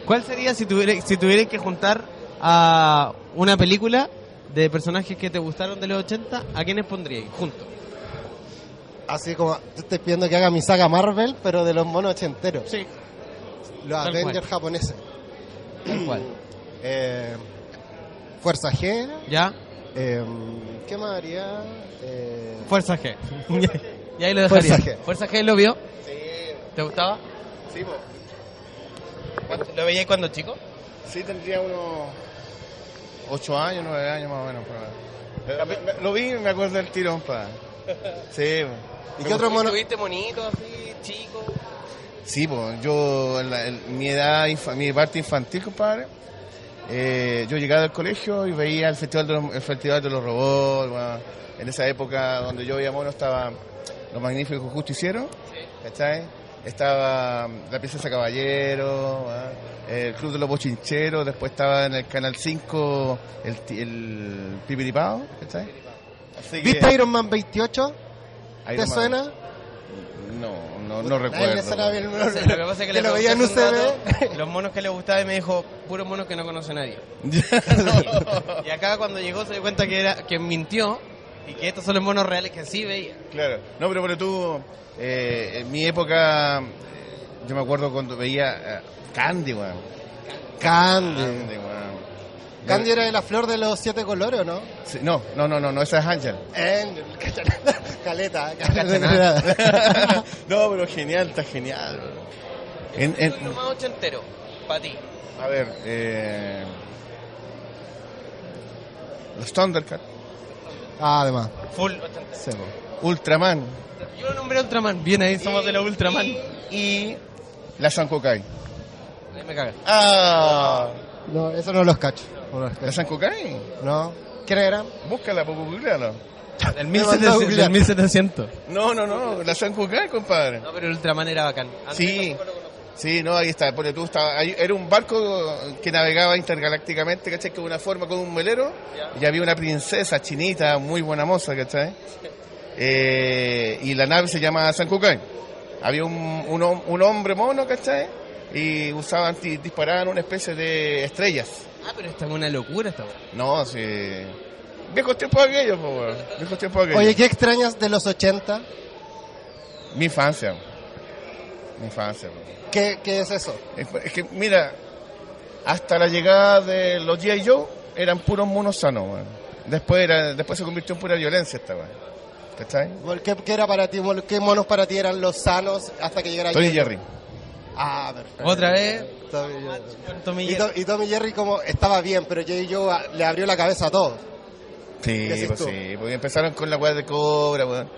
Speaker 4: ¿Cuál sería si tuviera, si tuvieran que juntar a una película de personajes que te gustaron de los 80? ¿A quiénes pondríais? Juntos.
Speaker 3: Así como, tú estás pidiendo que haga mi saga Marvel, pero de los monos ochenteros.
Speaker 4: Sí.
Speaker 3: Los
Speaker 4: Tal
Speaker 3: Avengers japoneses.
Speaker 4: Tal cual.
Speaker 3: Eh, Fuerza G.
Speaker 4: ¿Ya?
Speaker 3: eh, ¿Qué más haría? Eh, [LAUGHS]
Speaker 4: Fuerza G. y ahí lo dejaría.
Speaker 3: Fuerza G.
Speaker 4: Fuerza G lo vio.
Speaker 3: sí,
Speaker 4: ¿Te gustaba?
Speaker 3: sí, po.
Speaker 4: ¿Lo veíais cuando chico?
Speaker 6: Sí, tendría unos 8 años, 9 años más o menos. pero- Me- me- Lo vi y me acuerdo del tirón, pa. Sí,
Speaker 3: ¿Y qué otro mono?
Speaker 4: ¿Tuviste monito así, chico?
Speaker 6: Sí, pues yo, en la- en mi edad, infa- mi parte infantil, compadre, eh, yo llegaba del colegio y veía el Festival de los, el Festival de los Robots, bueno, en esa época donde yo veía mono estaba Los Magníficos Justicieros, ¿cachai? Estaba mm, La Princesa Caballero, bueno, el Club de los Bochincheros, después estaba en el Canal 5 el, ti- el Pipiripao, ¿cachai? Así que-
Speaker 3: ¿Viste Iron Man 28?
Speaker 6: Iron
Speaker 3: ¿Te
Speaker 6: Man.
Speaker 3: suena?
Speaker 6: No, no,
Speaker 3: Nadie
Speaker 6: no recuerdo.
Speaker 3: le suena bien el
Speaker 4: No sé, lo que
Speaker 3: [LAUGHS]
Speaker 4: pasa es que le
Speaker 3: lo
Speaker 4: pregunté
Speaker 3: veía en
Speaker 4: hace un
Speaker 3: UCB.
Speaker 4: rato Los monos que le gustaba y me dijo, puros monos que no
Speaker 3: [LAUGHS]
Speaker 4: conoce nadie. Y acá cuando llegó se dio cuenta que era que mintió y que estos son los monos reales que sí veía.
Speaker 6: Claro, no, pero, pero tú, eh, en mi época, eh, yo me acuerdo cuando veía eh, Candy, weón.
Speaker 3: Candy.
Speaker 6: Candy, weón.
Speaker 3: Candy era de la flor de los siete colores, ¿o no?
Speaker 6: Sí, no, no, no, no, no, esa es Ángel.
Speaker 3: Angel, caleta,
Speaker 6: [LAUGHS] no, pero genial, está genial. weón. En- en-
Speaker 4: Soy lo más ochentero, para ti.
Speaker 6: a ver, eh, los Thundercats,
Speaker 3: Ah, además.
Speaker 4: Full ochentero.
Speaker 3: Sí, po.
Speaker 6: Ultraman
Speaker 4: Yo lo nombré Ultraman. Bien ahí, somos de los Ultraman.
Speaker 6: y la Sankokai.
Speaker 4: Ahí me cagas.
Speaker 6: Ah,
Speaker 3: No, eso no los cacho. No los
Speaker 6: la
Speaker 3: cacho.
Speaker 6: Sankokai.
Speaker 3: ¿No? ¿Quiénes eran?
Speaker 6: Búscala, populárala.
Speaker 4: Del
Speaker 3: Me mandó a
Speaker 4: 1700,
Speaker 3: googlear.
Speaker 4: del 1700.
Speaker 6: No, no, no, la Sankokai, compadre.
Speaker 4: No, pero el Ultraman era bacán. Antes
Speaker 6: Ah, Sí.
Speaker 4: tampoco lo conocía.
Speaker 6: Sí, no, ahí está, porque tú estaba, ahí- era un barco que navegaba intergalácticamente, ¿cachai? Que de una forma con un velero, y había una princesa chinita, muy buena moza, ¿cachai? Eh, y la nave se llama San Cucay. Había un, un, hom- un hombre mono, ¿cachai? Y usaban, ti- disparaban una especie de estrellas.
Speaker 4: Ah, pero esta es una locura esta weá.
Speaker 6: No, sí. Viejos tiempos aquellos, po, weón. Viejos tiempos aquellos.
Speaker 3: Oye, ¿qué extrañas de los 80?
Speaker 6: Mi infancia. Mi infancia, po.
Speaker 3: ¿Qué, qué es eso?
Speaker 6: Es es que, mira, hasta la llegada de los G.I. Joe eran puros monos sanos, weón. Después, era, después se convirtió en pura violencia esta weón. ¿Cachai?
Speaker 3: ¿Qué, qué era para ti? ¿Qué monos para ti eran los sanos hasta que llegara
Speaker 6: Tony
Speaker 3: Jerry?
Speaker 6: Jerry.
Speaker 3: Ah, perfecto.
Speaker 4: Otra vez,
Speaker 3: Tommy Jerry.
Speaker 4: Tommy
Speaker 3: Y,
Speaker 4: Jerry.
Speaker 3: To- y Tommy Jerry como estaba bien, pero J. Joe a- ah, le abrió la cabeza a todos.
Speaker 6: Sí,
Speaker 3: Decís
Speaker 6: pues
Speaker 3: tú.
Speaker 6: sí, porque empezaron con la weá de cobra, weón.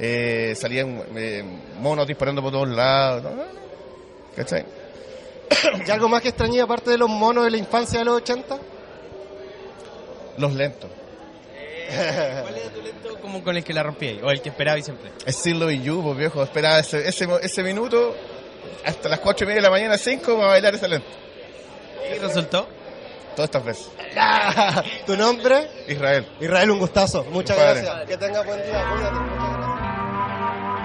Speaker 6: Eh, salían eh, monos disparando por todos lados. ¿no? ¿Cachai?
Speaker 3: ¿Y algo más que extrañé aparte de los monos de la infancia de los 80?
Speaker 6: Los lentos.
Speaker 4: ¿Cuál era tu lento como con el que la rompí ahí? O el que esperaba y siempre.
Speaker 6: Estilo y you, pues viejo, esperaba ese, ese, mo- ese minuto hasta las cuatro y media de la mañana, 5 para bailar ese lento.
Speaker 4: ¿Y resultó?
Speaker 6: Todas estas veces.
Speaker 3: [LAUGHS] ¿Tu nombre?
Speaker 6: Israel.
Speaker 3: Israel, un gustazo. Muchas
Speaker 6: Compadre.
Speaker 3: gracias. Que tenga buen día. Cuídate. Muchas gracias.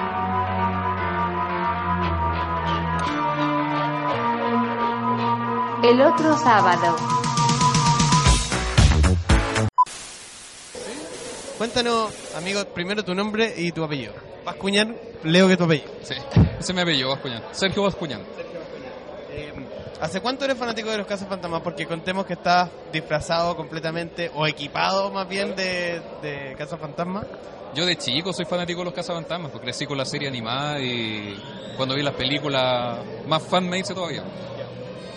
Speaker 5: El otro sábado.
Speaker 4: Cuéntanos, amigos, primero tu nombre y tu apellido. Pascuñán, leo que tu apellido.
Speaker 7: Sí, ese me apellido, Bascuñán. Sergio Bascuñán.
Speaker 4: Eh, ¿Hace cuánto eres fanático de los Casas Fantasmas? Porque contemos que estás disfrazado completamente, o equipado más bien, de, de Casas Fantasmas.
Speaker 7: Yo de chico soy fanático de los cazafantasmas, porque crecí con la serie animada y cuando vi las películas, más fan me hice todavía.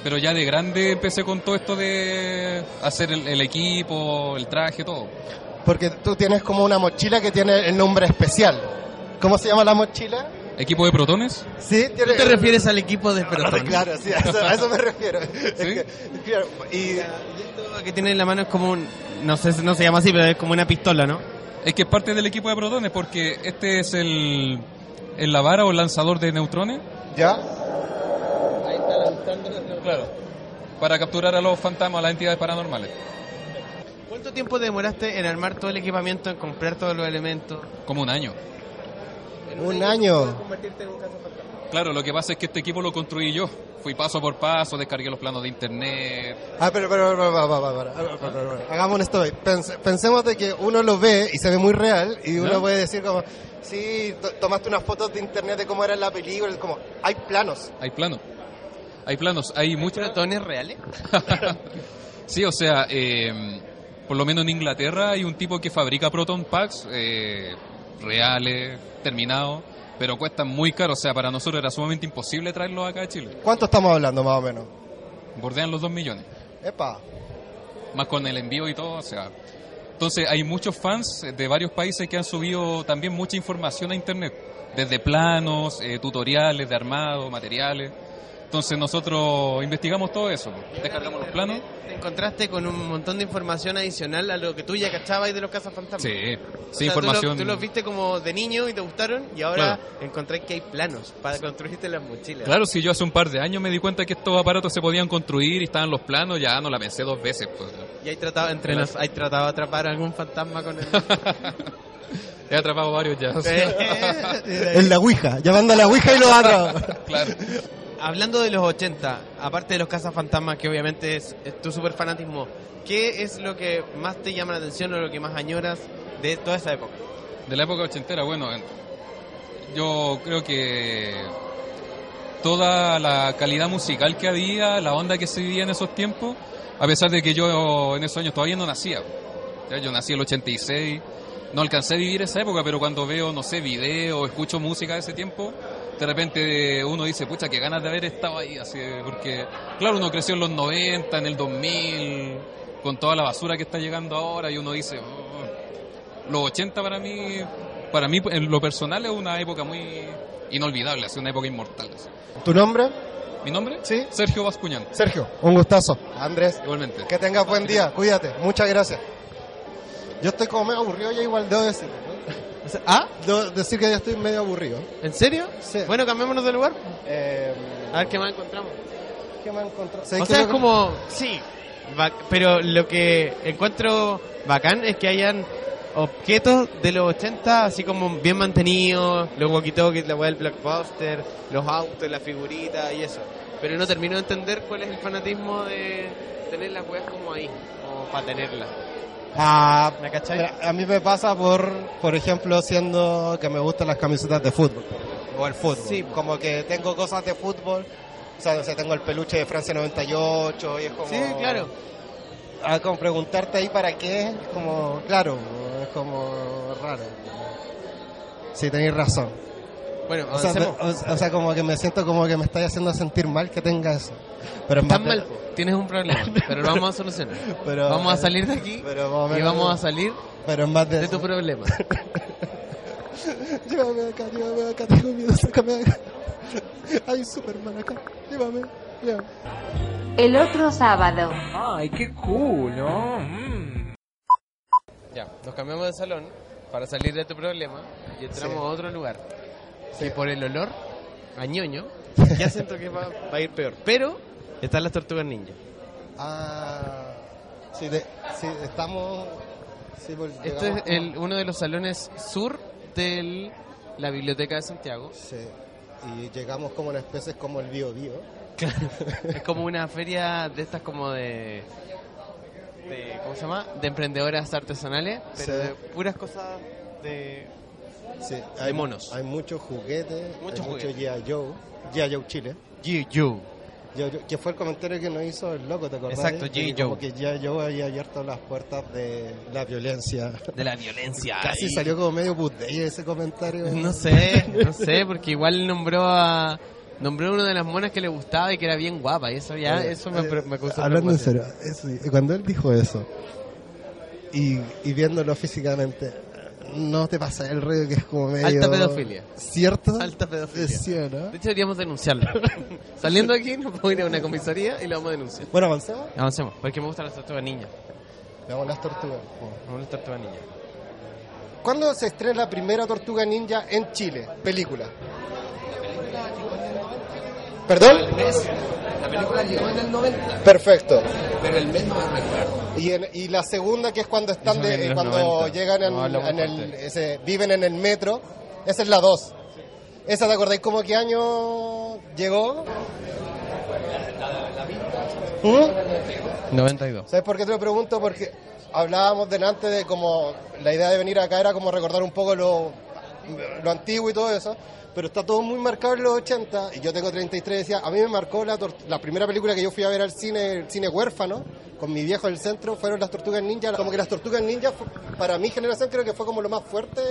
Speaker 7: Pero ya de grande empecé con todo esto de hacer el, el equipo, el traje, todo.
Speaker 3: Porque tú tienes como una mochila que tiene el nombre especial. ¿Cómo se llama la mochila?
Speaker 7: ¿Equipo de protones?
Speaker 3: Sí, tiene...
Speaker 4: ¿Te refieres al equipo de
Speaker 3: Claro, [LAUGHS]
Speaker 4: pelotón?
Speaker 3: claro, sí, a eso, a eso me refiero. Es que- claro, y
Speaker 4: Esto que tiene en la mano es como un... No sé, no se llama así, pero es como una pistola, ¿no?
Speaker 7: Es que es parte del equipo de protones, porque este es el, el la vara o el lanzador de neutrones
Speaker 3: ya,
Speaker 7: Claro. para capturar a los fantasmas, a las entidades paranormales.
Speaker 4: ¿Cuánto tiempo demoraste en armar todo el equipamiento, en comprar todos los elementos?
Speaker 7: Como un año.
Speaker 3: un año.
Speaker 7: Claro, lo que pasa es que este equipo lo construí yo. Fui paso por paso, descargué los planos de internet,
Speaker 3: Ah, pero, pero, pero, pero, pero, pero, pero, pero, pero, hagamos un story. Pense- pensemos de que uno lo ve y se ve muy real y uno
Speaker 7: ¿Ya?
Speaker 3: puede decir como, sí, to- tomaste unas fotos de internet de cómo era la película, es como, hay planos.
Speaker 7: Hay planos. Hay planos. Hay muchos.
Speaker 4: ¿Pelotones reales?
Speaker 7: Sí, o sea, eh, por lo menos en Inglaterra hay un tipo que fabrica proton packs eh, reales, terminados, pero cuestan muy caro. O sea, para nosotros era sumamente imposible traerlos acá a Chile.
Speaker 3: ¿Cuánto estamos hablando más o menos?
Speaker 7: Bordean los 2 millones.
Speaker 3: Epa,
Speaker 7: Más con el envío y todo, o sea. Entonces, hay muchos fans de varios países que han subido también mucha información a internet. Desde planos, eh, tutoriales de armado, materiales. Entonces, nosotros investigamos todo eso. Descargamos los planos.
Speaker 4: Te encontraste con un montón de información adicional a lo que tú ya cachabas de los Casas Fantasmas.
Speaker 7: Sí,
Speaker 4: O
Speaker 7: sí,
Speaker 4: sea, tú lo-
Speaker 7: información.
Speaker 4: Tú los viste como de niño y te gustaron y ahora encontré que hay planos para construirte las mochilas.
Speaker 7: Claro, si yo hace un par de años me di cuenta que estos aparatos se podían construir y estaban los planos, ya no la pensé dos veces. pues.
Speaker 4: Y hay tratado, entre
Speaker 7: Claro.
Speaker 4: los, hay tratado de atrapar algún fantasma con
Speaker 7: [LAUGHS]
Speaker 4: el...
Speaker 7: He atrapado varios ya. o sea.
Speaker 3: en la Ouija, llamando a la Ouija y lo agarro.
Speaker 7: [LAUGHS] claro.
Speaker 4: [LAUGHS] Hablando de los 80, aparte de los cazafantasmas, que obviamente es, es tu super fanatismo, ¿qué es lo que más te llama la atención o lo que más añoras de toda esa época?
Speaker 7: De la época ochentera, bueno, en- yo creo que toda la calidad musical que había, la onda que se vivía en esos tiempos, a pesar de que yo en esos años todavía no nacía. Ya, Yo nací en el 86, no alcancé a vivir esa época, pero cuando veo, no sé, video, escucho música de ese tiempo, de repente uno dice, pucha, qué ganas de haber estado ahí, así, porque, claro, uno creció en los 90, en el 2000, con toda la basura que está llegando ahora, y uno dice, "Oh". los 80 para mí, para mí, en lo personal, es una época muy inolvidable, así, una época inmortal. así.
Speaker 3: ¿Tu nombre?
Speaker 7: ¿Mi nombre?
Speaker 3: Sí.
Speaker 7: Sergio Bascuñán,
Speaker 3: Sergio, un gustazo. Andrés,
Speaker 7: igualmente.
Speaker 3: que tengas buen día, cuídate, muchas gracias. Yo estoy como medio aburrido ya igual, debo decir.
Speaker 4: O sea, ¿Ah?
Speaker 3: Debo decir que ya estoy medio aburrido.
Speaker 4: ¿En serio?
Speaker 3: Sí.
Speaker 4: Bueno, cambiémonos de lugar.
Speaker 3: Eh,
Speaker 4: A ver qué más encontramos.
Speaker 3: ¿Qué me encontrado?
Speaker 4: O sea, es como... Sí, ba- pero lo que encuentro bacán es que hayan objetos de los 80 así como bien mantenidos, los walkie-talkies, la web del blockbuster, los autos, las figuritas y eso. Pero no termino de entender cuál es el fanatismo de tener las weas como ahí, o para tenerlas.
Speaker 3: Ah,
Speaker 4: ¿Me cachai?
Speaker 3: mira, a mí me pasa por, por ejemplo, siendo que me gustan las camisetas de fútbol. O el fútbol.
Speaker 4: Sí.
Speaker 3: Como que tengo cosas de fútbol. O sea, no sé, tengo el peluche de Francia 98 y es como...
Speaker 4: Sí, claro.
Speaker 3: Ah, como preguntarte ahí para qué, es como... Claro, es como raro. Sí, tenéis razón.
Speaker 4: Bueno,
Speaker 3: O sea,
Speaker 4: avancemos.
Speaker 3: o- o sea, como que me siento como que me estáis haciendo sentir mal que tenga eso. Pero en
Speaker 4: Estás
Speaker 3: parte-
Speaker 4: mal, po. tienes un problema, pero lo vamos a solucionar.
Speaker 3: [LAUGHS] Pero- eh,
Speaker 4: vamos a salir de aquí
Speaker 3: pero más o
Speaker 4: y
Speaker 3: menos-
Speaker 4: vamos a salir
Speaker 3: Pero en más de,
Speaker 4: de
Speaker 3: eso.
Speaker 4: tu problema.
Speaker 3: [LAUGHS] Llévame de acá, llévame de acá, tengo miedo, sácame de acá. [LAUGHS] Hay un Superman acá, llévame, llévame.
Speaker 5: El otro sábado.
Speaker 4: ya, nos cambiamos de salón para salir de tu problema y entramos a otro lugar. Que por el olor a ñoño, ya siento que va, va a ir peor. Pero están las tortugas ninja.
Speaker 3: Ah, sí, de- sí, estamos... Sí, pues,
Speaker 4: Este es
Speaker 3: llegamos como-
Speaker 4: el, uno de los salones sur de la Biblioteca de Santiago.
Speaker 3: Sí, y llegamos como en especies como el Bio Bio.
Speaker 4: Es como una feria de estas como de, de- ¿cómo se llama? De emprendedoras artesanales, pero
Speaker 3: Sí.
Speaker 4: de puras cosas de
Speaker 3: Sí,
Speaker 4: De monos.
Speaker 3: Hay muchos juguetes,
Speaker 4: Muchos
Speaker 3: hay mucho
Speaker 4: juguetes.
Speaker 3: G.I. Joe, G.I. Joe Chile.
Speaker 4: G.U.
Speaker 3: G.I. Joe, que fue el comentario que nos hizo el loco, ¿te acordás?
Speaker 4: Exacto,
Speaker 3: De que
Speaker 4: G.I. Joe.
Speaker 3: Como que G.I. Joe había abierto las puertas de la violencia.
Speaker 4: de la violencia.
Speaker 3: Casi
Speaker 4: Y-
Speaker 3: salió como medio budey ese comentario.
Speaker 4: No sé, no sé, porque igual nombró a nombró a una de las monas que le gustaba y que era bien guapa y eso ya
Speaker 3: Oye,
Speaker 4: eso me,
Speaker 3: eh,
Speaker 4: me causó
Speaker 3: Hablando en
Speaker 4: preocupación.
Speaker 3: serio, eso, y cuando él dijo eso y, y viéndolo físicamente, no te pasa el rollo que es como medio.
Speaker 4: Alta pedofilia.
Speaker 3: ¿Cierto?
Speaker 4: Alta pedofilia.
Speaker 3: ¿Sí o no?
Speaker 4: De hecho deberíamos denunciarlo. [LAUGHS] Saliendo de aquí nos vamos a ir a una comisaría y lo vamos a denunciar.
Speaker 3: Bueno, avancemos.
Speaker 4: Avancemos, porque me gustan las tortugas ninja.
Speaker 3: Veamos las tortugas.
Speaker 4: Me gustan las tortugas ninja.
Speaker 3: ¿Cuándo se estrena la primera Tortuga Ninja en Chile? Película. ¿Perdón?
Speaker 8: La película llegó en el 90,
Speaker 3: Perfecto.
Speaker 8: pero el mes no me recuerdo.
Speaker 3: Y, en- y la segunda, que es cuando están
Speaker 4: Eso que en
Speaker 3: de,
Speaker 4: los
Speaker 3: cuando
Speaker 4: 90.
Speaker 3: llegan en,
Speaker 4: No, hablamos
Speaker 3: en el,
Speaker 4: fuerte.
Speaker 3: ese- viven en el metro, esa es la 2. ¿Esa te acordáis como qué año llegó? ¿Mm?
Speaker 4: 92.
Speaker 3: ¿Sabes por qué te lo pregunto? Porque hablábamos delante de como la idea de venir acá era como recordar un poco lo, lo antiguo y todo eso, pero está todo muy marcado en los 80 y yo tengo 33 decía, a mí me marcó la, tor- la primera película que yo fui a ver al cine, el cine huérfano, con mi viejo del centro, fueron las Tortugas Ninja, como que las Tortugas Ninja fu- para mi generación creo que fue como lo más fuerte.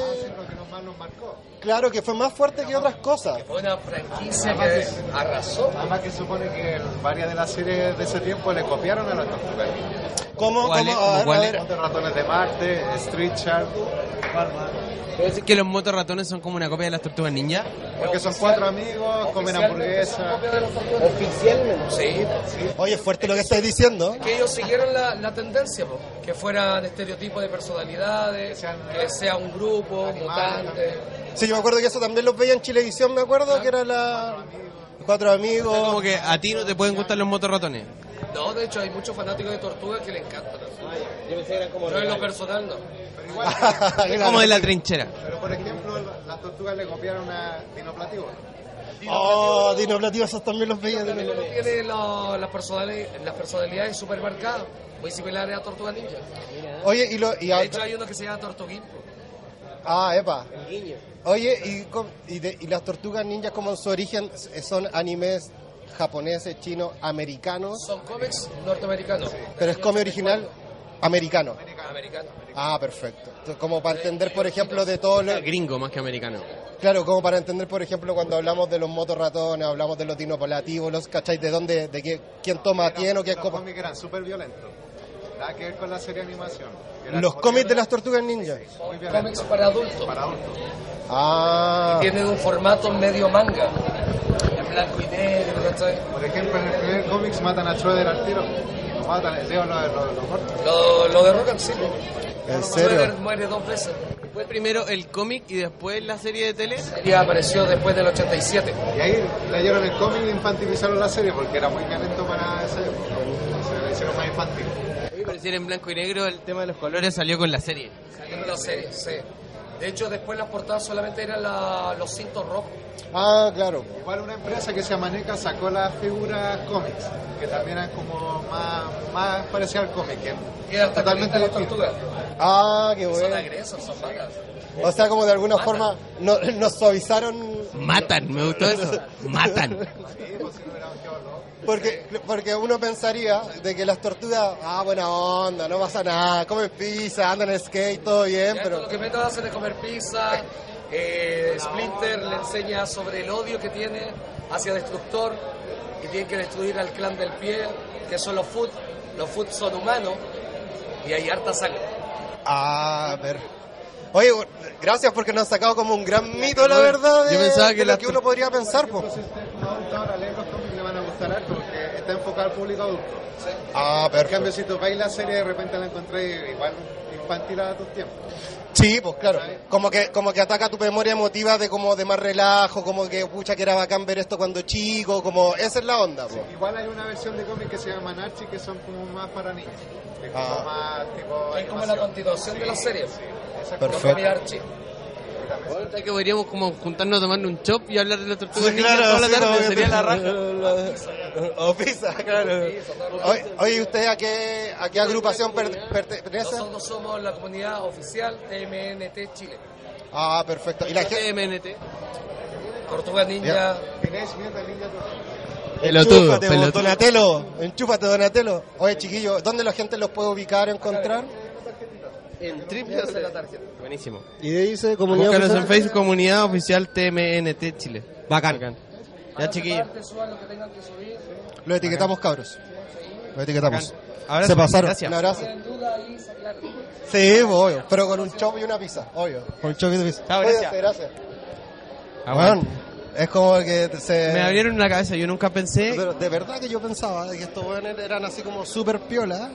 Speaker 3: Claro, que fue más fuerte que otras cosas.
Speaker 8: Fue una franquicia que arrasó.
Speaker 9: Además que supone que varias de las series de ese tiempo le copiaron a las tortugas. Ninja.
Speaker 3: ¿Cómo,
Speaker 4: ¿Cuál
Speaker 3: cómo-
Speaker 4: es?
Speaker 3: a ver,
Speaker 4: ¿Cuál
Speaker 3: a
Speaker 4: es?
Speaker 3: ver,
Speaker 9: Monte Ratones de Marte, Street Shark,
Speaker 4: ¿Es que los motorratones son como una copia de las tortugas ninja?
Speaker 9: porque son cuatro amigos, comen hamburguesas.
Speaker 8: Oficialmente. Sí, sí.
Speaker 3: Oye, fuerte lo que estáis diciendo.
Speaker 8: Que ellos siguieron la, la tendencia, po. que fuera de estereotipos de personalidades, que sea un grupo, mutante.
Speaker 3: Sí, yo me acuerdo que eso también los veía en Chilevisión, me acuerdo que era la... Cuatro amigos. [LAUGHS]
Speaker 4: Como que a ti no te pueden gustar los motorratones.
Speaker 8: No, de hecho hay muchos fanáticos de tortugas que le encantan. Yo en lo personal no.
Speaker 4: Es como de la trinchera.
Speaker 9: Pero por ejemplo, las tortugas le copiaron a Dinoplatio.
Speaker 3: Oh, dinoplativos, esos también los veía.
Speaker 8: También
Speaker 3: Dinoplativos.
Speaker 8: tiene lo- las, personalidades, las personalidades super marcadas, muy similares a Tortuga Ninja.
Speaker 3: Oye, y, lo, y a-
Speaker 8: De hecho hay uno que se llama Tortuguimpo.
Speaker 3: Ah, epa. Oye, y, com- y, de- y las tortugas ninjas, como en su origen, s- son animes japoneses, chinos, americanos,
Speaker 8: Son cómics norteamericanos.
Speaker 3: pero es come original americano.
Speaker 8: Americano. Eh,
Speaker 3: Ah, perfecto. Entonces, como para entender, por ejemplo, de todo lo...
Speaker 4: Gringo más que americano.
Speaker 3: Claro, como para entender, por ejemplo, cuando hablamos de los motorratones, hablamos de los dinopolativos, los, ¿cacháis? ¿De dónde? ¿De qué, quién toma tiene o qué es
Speaker 9: Los
Speaker 3: copa?
Speaker 9: cómics eran súper violentos. Nada que ver con la serie de animación. Eran
Speaker 3: Los
Speaker 9: como
Speaker 3: cómics de
Speaker 9: violentos,
Speaker 3: las tortugas ninjas.
Speaker 9: muy
Speaker 8: Cómics
Speaker 9: violentos
Speaker 8: para adultos.
Speaker 9: para adultos.
Speaker 3: Ah.
Speaker 8: Tienen un formato medio manga. En blanco y negro, ¿cachai?
Speaker 9: Por ejemplo, en el primer cómics matan a Schroeder al tiro. Lo matan, Leo lo, lo, lo corta.
Speaker 8: Lo, lo derrocan, sí.
Speaker 3: ¿En
Speaker 8: Schroeder
Speaker 3: serio?
Speaker 8: muere dos veces.
Speaker 4: Fue primero el cómic y después la serie de tele.
Speaker 8: Y apareció después del 87.
Speaker 9: Y ahí leyeron el cómic e infantilizaron la serie porque era muy violento para esa época. Se la hicieron más infantil.
Speaker 4: Pero si era en blanco y negro, el tema de los colores salió con la serie.
Speaker 8: En la serie, sí. De hecho, después las portadas solamente eran la- los cintos rojos.
Speaker 3: Ah, claro.
Speaker 9: Igual una empresa que se llama NECA sacó las figuras cómics, que también eran como más, más parecidas al cómic. que
Speaker 8: Y eran
Speaker 9: Totalmente
Speaker 8: totalmente las
Speaker 9: distinto.
Speaker 8: tortugas.
Speaker 3: Ah, qué
Speaker 8: Son
Speaker 3: bueno.
Speaker 8: agresas, son malas.
Speaker 3: O sea, como de alguna
Speaker 8: Matan.
Speaker 3: forma no- nos suavizaron
Speaker 4: Matan, me gustó eso. Matan.
Speaker 3: porque porque uno pensaría de que las tortugas, ah, buena onda, no pasa nada, comen pizza, andan en skate, todo bien,
Speaker 8: Ya, esto
Speaker 9: [LAUGHS]
Speaker 3: pero
Speaker 8: Lo que menos hacen es comer pizza, Eh, Splinter le enseña sobre el odio que tiene hacia Destructor y tiene que destruir al clan del pie, que son los Foot. Los Foot son humanos y hay harta sangre.
Speaker 3: A ver. Oye, bu- gracias porque nos has sacado como un gran mito, la verdad. De,
Speaker 1: Yo pensaba que
Speaker 3: de lo
Speaker 1: las
Speaker 3: que uno podría pensar, po.
Speaker 9: Este Ahora leen los cómics y le van a gustar harto porque está enfocado al público adulto.
Speaker 3: Ah,
Speaker 9: En
Speaker 3: perfecto.
Speaker 9: cambio, si topáis la serie, de repente la encontré igual infantil a tus tiempos.
Speaker 3: Sí, pues claro. Como que, como que ataca tu memoria emotiva de como de más relajo, como que pucha que era bacán ver esto cuando chico, como esa es la onda, po.
Speaker 9: Igual hay una versión de cómic que se llama Narchi que son como más para niños. Que es como
Speaker 3: Ah.
Speaker 9: más tipo.
Speaker 8: Es como la continuación de la serie.
Speaker 3: Perfecto.
Speaker 8: Con Tommy Archie.
Speaker 1: Puta, que podríamos como juntarnos a tomarnos un chop y hablar de la tortuga ninja
Speaker 3: Pues claro,
Speaker 1: toda la
Speaker 3: sí,
Speaker 1: tarde,
Speaker 3: como que
Speaker 1: sería
Speaker 3: tú-
Speaker 1: la raja.
Speaker 3: [LAUGHS] O pizza, claro. Oye, oye, ¿usted a qué, a qué agrupación per- pertenece?
Speaker 8: Nosotros somos la comunidad oficial de MNT Chile.
Speaker 3: Ah, perfecto. Y la gente...
Speaker 1: TMNT.
Speaker 8: Tortuga Ninja.
Speaker 9: Tenés mierda linda tu-
Speaker 1: Pelotudo,
Speaker 3: Enchúfate, vos,
Speaker 1: pelotudo.
Speaker 3: Donatello. Enchúfate, Donatello. Oye, chiquillo, ¿dónde la gente los puede ubicar, encontrar?
Speaker 4: En triple
Speaker 8: Esa es la tarjeta.
Speaker 4: Buenísimo.
Speaker 10: Y de ahí dice comunidad.
Speaker 1: Búscanos en
Speaker 10: oficial.
Speaker 1: Facebook, comunidad oficial TMNT Chile. Bacán. Ya, chiquillos.
Speaker 8: Aparte, suban lo que tengan que subir.
Speaker 3: Lo etiquetamos, cabros. Lo etiquetamos.
Speaker 1: Ahora
Speaker 3: Se
Speaker 1: sí,
Speaker 3: pasaron.
Speaker 1: gracias.
Speaker 3: Un abrazo.
Speaker 8: En duda ahí, se aclaran.
Speaker 3: Sí, pues, obvio. Pero con un chop y una pizza, obvio. Con un chop y una pizza.
Speaker 1: Chao,
Speaker 3: Cuídate,
Speaker 1: gracias.
Speaker 3: gracias.
Speaker 1: Aguante.
Speaker 3: Weón, es como que se...
Speaker 1: Me abrieron la cabeza, yo nunca pensé
Speaker 3: Pero de verdad que yo pensaba de que estos weones eran así como súper piola,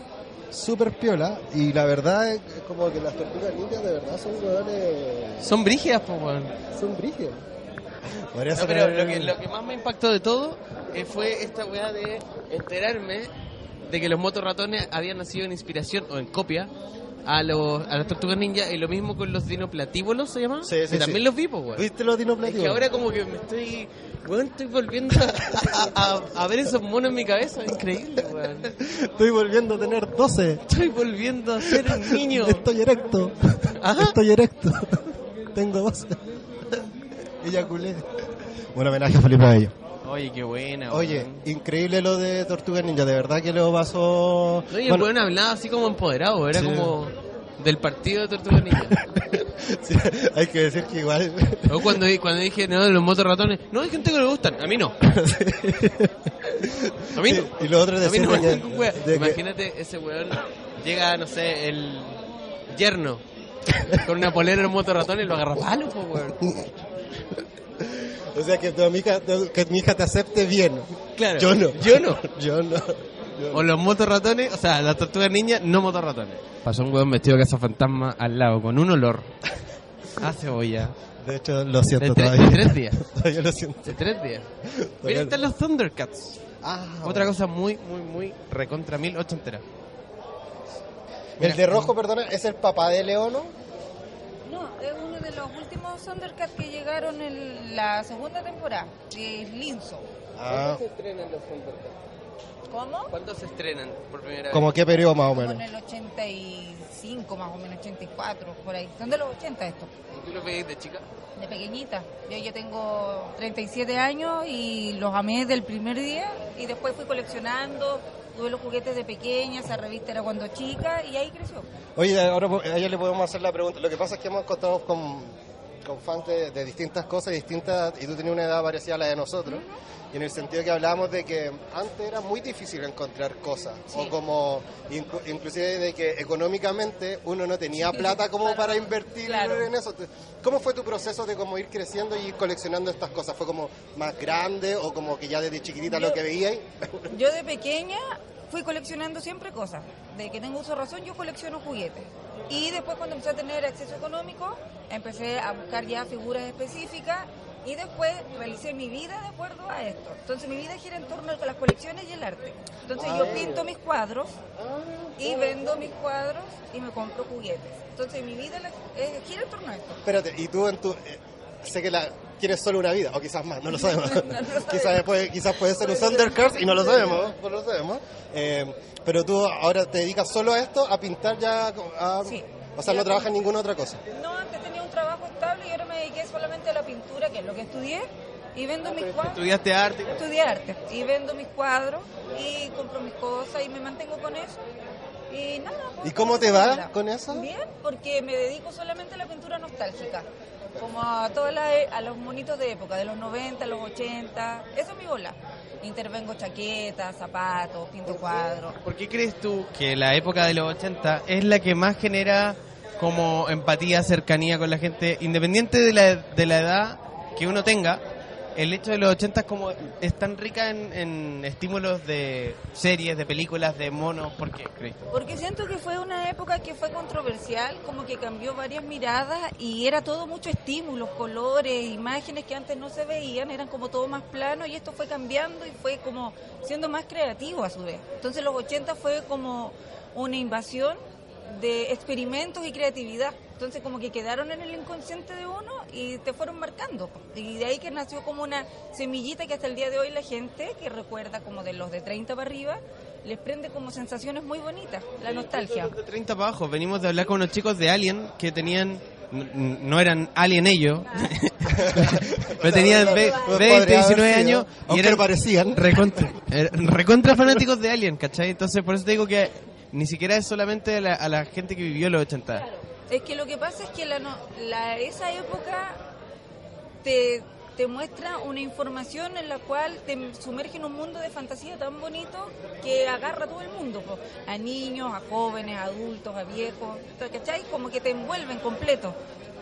Speaker 3: súper piola, y la verdad es es como que las tortugas ninjas de verdad son weones,
Speaker 1: Son brígidas, pues, weón.
Speaker 3: son brígidas. Podría
Speaker 4: No, pero lo que,
Speaker 3: Eh.
Speaker 4: lo que más me impactó de todo eh, fue esta weá de enterarme de que los motorratones habían nacido en inspiración o en copia a los a las tortugas ninja y lo mismo con los dinoplatívolos se llama
Speaker 3: Sí, sí,
Speaker 4: que también
Speaker 3: sí.
Speaker 4: los vi pues weón.
Speaker 3: ¿Viste los
Speaker 4: es
Speaker 3: dinoplativos?
Speaker 4: que ahora como que me estoy weón estoy volviendo a, a- a- a ver esos monos en mi cabeza increíble weón
Speaker 3: Estoy volviendo a tener 12.
Speaker 4: estoy volviendo a ser un niño
Speaker 3: [LAUGHS] Estoy erecto.
Speaker 4: Ajá.
Speaker 3: Estoy erecto. Tengo 12. Eyaculé. Un homenaje a Felipe Bello.
Speaker 4: oye qué buena
Speaker 3: Oye, increíble lo de Tortuga Ninja, de verdad que lo pasó...
Speaker 4: no, y el
Speaker 3: Bueno,
Speaker 4: weón hablaba así como empoderado era
Speaker 3: Sí.
Speaker 4: como del partido de tortugas ninja
Speaker 3: sí, hay que decir que igual...
Speaker 4: O cuando, cuando dije, no, los motos ratones. No, hay gente que le gustan. A
Speaker 3: [LAUGHS]
Speaker 4: mí no. A mí no.
Speaker 3: Y lo otro es
Speaker 4: A mí
Speaker 3: decir
Speaker 4: no me
Speaker 3: de
Speaker 4: gustan [LAUGHS] con wea.
Speaker 3: que- de que-
Speaker 4: Imagínate ese weón. Llega, no sé, el yerno. Con una polera en un moto ratón y lo agarra a palo, po, weón.
Speaker 3: O sea, que tu amiga, que mi hija te acepte bien.
Speaker 4: Claro.
Speaker 3: Yo no.
Speaker 4: Yo no.
Speaker 3: [LAUGHS] Yo no. Yo
Speaker 4: [LAUGHS] O los motos ratones, o sea, las tortugas niñas, no motos ratones. Pasó un weón vestido de casa fantasma al lado, con un olor a cebolla.
Speaker 3: no. De hecho, lo
Speaker 4: De
Speaker 3: siento
Speaker 4: tres,
Speaker 3: todavía.
Speaker 4: de tres días.
Speaker 3: Todavía lo siento.
Speaker 4: De tres días. Mira,
Speaker 3: Todavía-
Speaker 4: están los Thundercats.
Speaker 3: Ah,
Speaker 4: Otra cosa muy, muy, muy recontra mil ochentera.
Speaker 3: El de rojo, perdona, es el papá de Leono.
Speaker 11: No, es uno de los últimos Thundercats que llegaron en la segunda temporada, que es Linzo.
Speaker 3: Ah,
Speaker 4: estrenan los Thundercats?
Speaker 11: ¿Cómo?
Speaker 4: ¿Cuándo se estrenan por primera
Speaker 3: como qué periodo más o
Speaker 11: Como en
Speaker 3: menos.
Speaker 11: el 85, más o menos 84, por ahí. Son de los 80 estos,
Speaker 4: vez? ¿Tú lo veías de chica?
Speaker 11: de pequeñita. Yo ya tengo 37 años y los amé del primer día y después fui coleccionando. Tuve los juguetes de pequeña, esa revista era cuando chica y ahí creció.
Speaker 3: Oye, ahora po- a ella le podemos hacer la pregunta. Lo que pasa es que hemos encontrado con, con fans de, de distintas cosas, distintas, y tú tenías una edad parecida a la de nosotros, y en el sentido que hablábamos de que antes era muy difícil encontrar cosas, o como inclu- inclusive de que económicamente uno no tenía plata como para, invertir
Speaker 11: claro.
Speaker 3: en eso. Te- ¿Cómo fue tu proceso de como ir creciendo y ir coleccionando estas cosas? ¿Fue como más grande o como que ya desde chiquitita lo
Speaker 11: Yo-
Speaker 3: que veías?
Speaker 11: Yo de pequeña fui coleccionando siempre cosas. De que tengo uso de razón, yo colecciono juguetes. Y después cuando empecé a tener acceso económico, empecé a buscar ya figuras específicas y después realicé mi vida de acuerdo a esto. Entonces mi vida gira en torno a las colecciones y el arte. Entonces yo pinto mis cuadros y vendo mis cuadros y me compro juguetes. Entonces mi vida la- eh, gira en torno a esto.
Speaker 3: Espérate, y tú en tu... eh, sé que la... Quieres solo una vida, o quizás más, no lo sabemos.
Speaker 11: [LAUGHS] No,
Speaker 3: [LAUGHS]
Speaker 11: no lo sabemos.
Speaker 3: quizás, después- quizás puede ser un Thundercats y no lo sabemos, no lo sabemos. Eh, pero tú ahora te dedicas solo a esto, a pintar ya... a-
Speaker 11: Sí.
Speaker 3: O sea, no trabajas en ninguna otra cosa.
Speaker 11: No, antes tenía un trabajo estable y ahora me dediqué solamente a la pintura, que es lo que estudié, y vendo mis cuadros.
Speaker 4: ¿Estudiaste arte?
Speaker 11: estudié arte y vendo mis cuadros y compro mis cosas y me mantengo con eso Y nada, pues,
Speaker 3: ¿Y cómo te va con eso?
Speaker 11: Bien, porque me dedico solamente a la pintura nostálgica. Como a todas las, e, a los monitos de época, de los 90, los 80. Eso es mi bola. Intervengo chaquetas, zapatos, pinto cuadros.
Speaker 1: ¿Por qué crees tú que la época de los 80 es la que más genera como empatía, cercanía con la gente, independiente de la, de la edad que uno tenga, el hecho de los 80 es como es tan rica en, en estímulos de series, de películas, de monos, ¿por qué crees?
Speaker 11: Porque siento que fue una época que fue controversial, como que cambió varias miradas y era todo mucho estímulos, colores, imágenes que antes no se veían, eran como todo más plano y esto fue cambiando y fue como siendo más creativo a su vez. Entonces los 80 fue como una invasión de experimentos y creatividad. Entonces como que quedaron en el inconsciente de uno y te fueron marcando. po. Y de ahí que nació como una semillita que hasta el día de hoy la gente que recuerda como de los de 30 para arriba, les prende como sensaciones muy bonitas, la nostalgia.
Speaker 1: De 30 para abajo, venimos de hablar con unos chicos de Alien que tenían, n- n- no eran Alien ellos, [LAUGHS] pero tenían ve-
Speaker 3: podría
Speaker 1: 20,
Speaker 3: haber
Speaker 1: 19
Speaker 3: sido,
Speaker 1: años y
Speaker 3: aunque
Speaker 1: eran
Speaker 3: parecían. [LAUGHS]
Speaker 1: recontra, er- recontra fanáticos de Alien, ¿cachai? Entonces por eso te digo que ni siquiera es solamente a la, a la gente que vivió los 80.
Speaker 11: Es que lo que pasa es que la, no- la- esa época te, te muestra una información en la cual te sumerge en un mundo de fantasía tan bonito que agarra a todo el mundo, po. a niños, a jóvenes, a adultos, a viejos, ¿cachai? Como que te envuelven completo.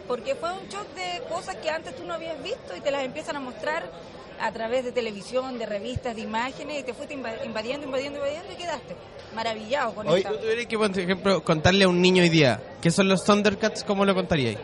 Speaker 11: Porque fue un shock de cosas que antes tú no habías visto y te las empiezan a mostrar a través de televisión, de revistas, de imágenes, y te fuiste inva- invadiendo, invadiendo, invadiendo y quedaste maravillado con
Speaker 1: Hoy
Speaker 11: esta.
Speaker 1: tú tuvieras que, por ejemplo, contarle a un niño hoy día que son los Thundercats, ¿cómo lo contaríais?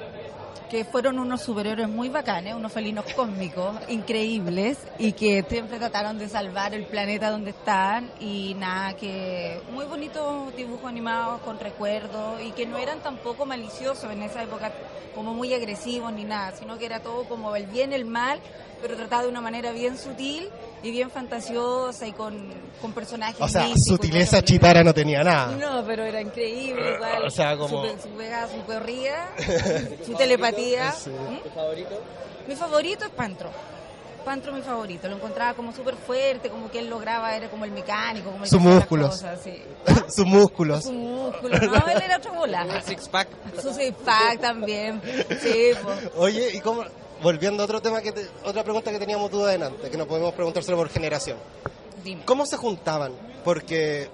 Speaker 11: que fueron unos superhéroes muy bacanes, unos felinos cósmicos, increíbles, y que siempre trataron de salvar el planeta donde están, y nada, que muy bonitos dibujos animados con recuerdos, y que no eran tampoco maliciosos en esa época, como muy agresivos ni nada, sino que era todo como el bien, el mal, pero tratado de una manera bien sutil y bien fantasiosa y con, con personajes.
Speaker 3: O sea,
Speaker 11: místicos,
Speaker 3: sutileza
Speaker 11: con-
Speaker 3: chipara no tenía nada.
Speaker 11: no, pero era increíble igual.
Speaker 3: Ah, O sea, como-
Speaker 11: Su, pe- su pegada, su
Speaker 3: [LAUGHS]
Speaker 11: corrida, su telepatía. ¿Mm?
Speaker 12: favorito?
Speaker 11: Mi favorito es Pantro. Pantro mi favorito. Lo encontraba como súper fuerte, como que él lograba, era como el mecánico. Como el
Speaker 3: Sus
Speaker 11: que hacía las
Speaker 3: músculos.
Speaker 11: cosas, sí.
Speaker 3: [LAUGHS] Sus músculos.
Speaker 11: Su músculo. No, él era
Speaker 3: [LAUGHS]
Speaker 11: otra bola.
Speaker 1: Six pack.
Speaker 11: Su six pack también. Sí, pues, po.
Speaker 3: Oye, y cómo, volviendo a otro tema, que te- otra pregunta que teníamos duda delante, que nos podemos preguntar solo por generación.
Speaker 11: Dime.
Speaker 3: ¿Cómo se juntaban? Porque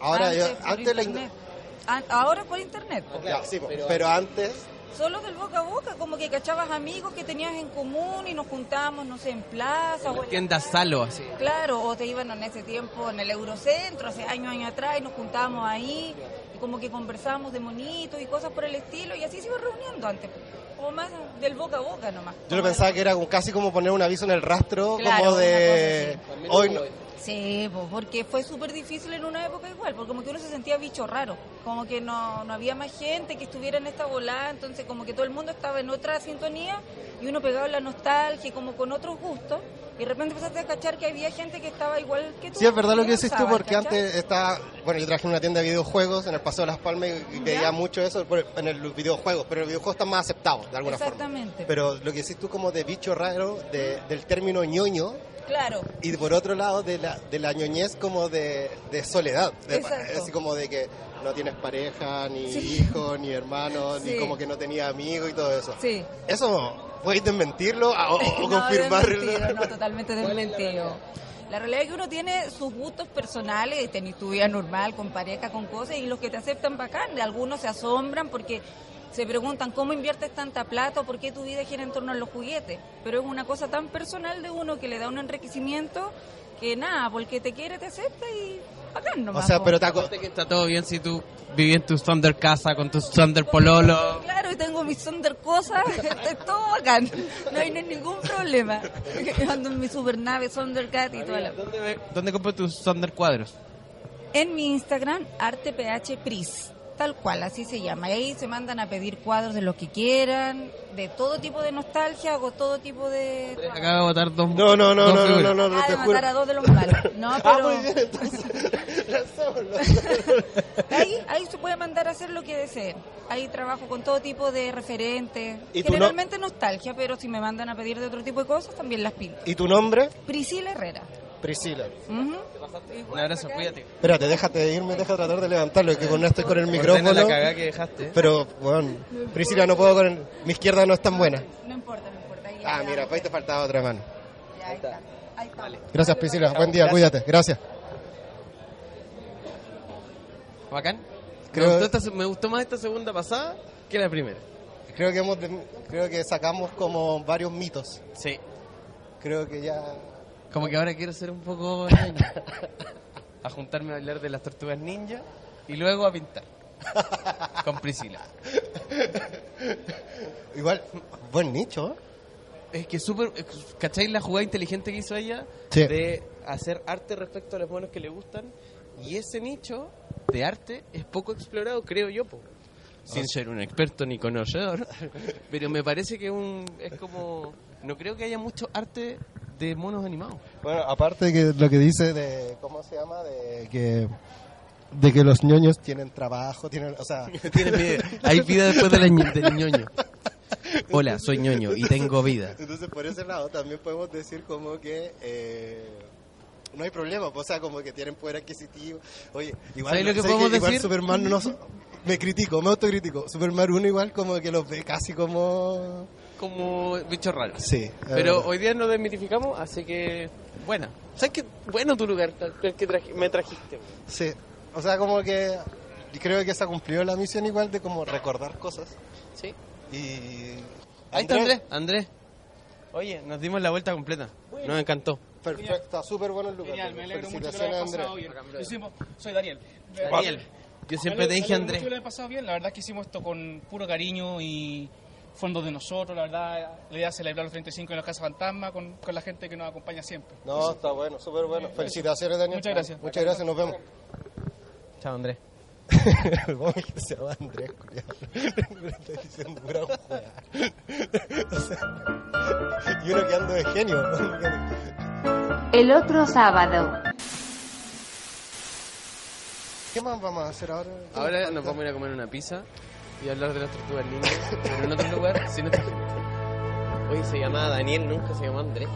Speaker 3: ahora yo-
Speaker 11: Antes
Speaker 3: antes,
Speaker 11: por
Speaker 3: la
Speaker 11: internet. An- Ahora por internet. po.
Speaker 3: Ya, sí, po, pero, antes
Speaker 11: Solo del boca a boca, como que cachabas amigos que tenías en común y nos juntábamos, no sé, en plaza o en
Speaker 1: Tiendas Salo, así.
Speaker 11: Claro, o te iban en ese tiempo en el Eurocentro, hace años, años atrás, y nos juntábamos ahí, y como que conversábamos de monitos y cosas por el estilo, y así se iba reuniendo antes, como más del boca a boca nomás.
Speaker 3: yo lo pensaba que era como- casi como poner un aviso en el rastro,
Speaker 11: Claro,
Speaker 3: como
Speaker 11: una
Speaker 3: de
Speaker 11: cosa así.
Speaker 3: hoy no-
Speaker 11: Sí, po, porque fue súper difícil en una época igual, porque como que uno se sentía bicho raro, como que no, no había más gente que estuviera en esta volada, entonces como que todo el mundo estaba en otra sintonía y uno pegaba en la nostalgia y como con otros gustos, y de repente empezaste a cachar que había gente que estaba igual que tú.
Speaker 3: Sí, es verdad lo que
Speaker 11: dices
Speaker 3: dices tú, porque antes estaba. Bueno, yo trabajé en una tienda de videojuegos en el Paseo de las Palmas y- y veía mucho eso por- en el- los videojuegos, pero los videojuegos están más aceptados de alguna forma.
Speaker 11: Exactamente.
Speaker 3: Pero lo que decís tú, como de bicho raro, de- del término ñoño,
Speaker 11: Claro.
Speaker 3: y por otro lado, de la, de la ñoñez como de, de soledad, de pa-
Speaker 11: Exacto.
Speaker 3: así como de que no tienes pareja, ni
Speaker 11: Sí.
Speaker 3: hijo, ni hermano,
Speaker 11: Sí.
Speaker 3: ni como que no tenía amigos y todo eso.
Speaker 11: Sí.
Speaker 3: Eso, ¿puedes desmentirlo Ah, o, o
Speaker 11: [LAUGHS] No,
Speaker 3: confirmarlo?
Speaker 11: desmentido, no, totalmente desmentido. La realidad es que uno tiene sus gustos personales, tenés tu vida normal, con pareja, con cosas, y los que te aceptan bacán. Algunos se asombran porque se preguntan cómo inviertes tanta plata o por qué tu vida gira en torno a los juguetes. Pero es una cosa tan personal de uno que le da un enriquecimiento que nada, porque te quiere, te acepta y
Speaker 3: [LAUGHS]
Speaker 11: bacán nomás. po.
Speaker 1: Aparte que está todo bien si tú vivís en tus Thunder casa con tus Thunder pololo.
Speaker 11: Claro, y tengo mis Thunder cosas, [LAUGHS] estoy todo bacán. No hay no hay ningún problema. [LAUGHS] Ando en mi super nave Thundercat y toda la...
Speaker 1: ¿Dónde, ve- dónde compras tus Thunder cuadros?
Speaker 11: En mi Instagram, artephpris, tal cual, así se llama. Y ahí se mandan a pedir cuadros de lo que quieran, de todo tipo de nostalgia, hago todo tipo de...
Speaker 1: Acaba de botar dos.
Speaker 3: No, no, no,
Speaker 1: dos
Speaker 3: no, no,
Speaker 1: figuras.
Speaker 3: no, no, no,
Speaker 11: Ah,
Speaker 3: te
Speaker 11: de
Speaker 3: juro.
Speaker 11: matar a dos de los malos. No,
Speaker 3: Ah,
Speaker 11: pero...
Speaker 3: muy bien, entonces, [LAUGHS] lanzémoslo.
Speaker 11: [LAUGHS] Ahí, ahí se puede mandar a hacer lo que deseen. Ahí trabajo con todo tipo de referentes.
Speaker 3: ¿Y tú no-
Speaker 11: Generalmente nostalgia, pero si me mandan a pedir de otro tipo de cosas, también las pinto.
Speaker 3: ¿Y tu nombre?
Speaker 11: Priscila Herrera.
Speaker 3: Priscila.
Speaker 4: Un abrazo, cuídate.
Speaker 3: Espérate, déjate de irme, deja tratar de levantarlo, que con esto con el
Speaker 4: Ordena
Speaker 3: micrófono.
Speaker 4: la cagada que dejaste.
Speaker 3: Pero, bueno, Priscila, no puedo con el- Mi izquierda no es tan buena.
Speaker 11: No importa, no importa. ahí
Speaker 3: Ah,
Speaker 11: ya-
Speaker 3: mira, ahí te faltaba otra mano.
Speaker 11: ya, ahí está. Ahí está.
Speaker 3: Gracias, Priscila. Buen día,
Speaker 4: Gracias.
Speaker 3: cuídate. Gracias.
Speaker 4: ¿Bacán?
Speaker 3: Creo-
Speaker 4: Me, gustó esta se- me gustó más esta segunda pasada que la primera.
Speaker 3: Creo que, hemos, de- creo que sacamos como varios mitos.
Speaker 4: Sí.
Speaker 3: Creo que ya.
Speaker 4: Como que ahora quiero ser un poco ñoño. a juntarme a hablar de las tortugas ninja y luego a pintar. Con Priscila.
Speaker 3: Igual, buen nicho, ¿eh?
Speaker 4: Es que súper. es que, ¿Cacháis la jugada inteligente que hizo ella?
Speaker 3: Sí.
Speaker 4: De hacer arte respecto a los monos que le gustan. Y ese nicho de arte es poco explorado, creo yo. po. Sin ser un experto ni conocedor. [LAUGHS] pero me parece que un, es como. No creo que haya mucho arte de monos animados.
Speaker 3: Bueno, aparte de que lo que dice de cómo se llama de que de que los ñoños tienen trabajo, tienen, o sea,
Speaker 4: Tiene vida. Hay vida después de la ñe- del ñoño. Hola, soy ñoño y tengo vida.
Speaker 3: [LAUGHS] Entonces, por ese lado también podemos decir como que eh, no hay problema, pues, o sea, como que tienen poder adquisitivo. Oye, igual
Speaker 4: ¿Sabes lo que
Speaker 3: sé
Speaker 4: podemos
Speaker 3: igual
Speaker 4: decir?
Speaker 3: Superman
Speaker 4: [LAUGHS]
Speaker 3: no me critico, me autocritico. Superman 1 igual como que los ve casi como
Speaker 4: Como bicho raro.
Speaker 3: sí, eh,
Speaker 4: Pero hoy día nos desmitificamos, así que. Buena. ¿Sabes qué? Bueno tu lugar, el que traji- me trajiste.
Speaker 3: Sí, o sea, como que creo que se ha cumplido la misión igual de como recordar cosas.
Speaker 4: Sí.
Speaker 3: Y
Speaker 4: Ahí está Andrés. Andrés. Oye, nos dimos la vuelta completa. Nos encantó.
Speaker 3: Perfecto, súper bueno el lugar.
Speaker 12: [LAUGHS] Genial, me alegro mucho que lo
Speaker 3: Felicitaciones,
Speaker 12: hayas pasado
Speaker 3: Andrés.
Speaker 12: bien. Lo hicimos- soy Daniel.
Speaker 4: Daniel, yo siempre te dije Andrés.
Speaker 12: Mucho que lo hayas pasado bien. La verdad es que hicimos esto con puro cariño y fondos de nosotros. La verdad, la idea es celebrar los 35 de la Casa Fantasma con, con la gente que nos acompaña siempre.
Speaker 3: No, está bueno, súper bueno. Felicitaciones, Daniel.
Speaker 12: Muchas gracias.
Speaker 3: Muchas gracias, nos vemos. [LAUGHS]
Speaker 4: Chao, Andrés.
Speaker 3: ¿Cómo es que se llama "Oh, Andrés, culiao? [LAUGHS] Me está diciendo pura weá. [LAUGHS] O sea, y uno que ando de genio.
Speaker 5: El otro sábado.
Speaker 3: ¿Qué más vamos a hacer ahora?
Speaker 4: Ahora nos vamos a ir a comer una pizza y hablar de las tortugas ninja, pero en otro lugar, sin esta gente. Oye, se llamaba Daniel, nunca se llamó Andrés.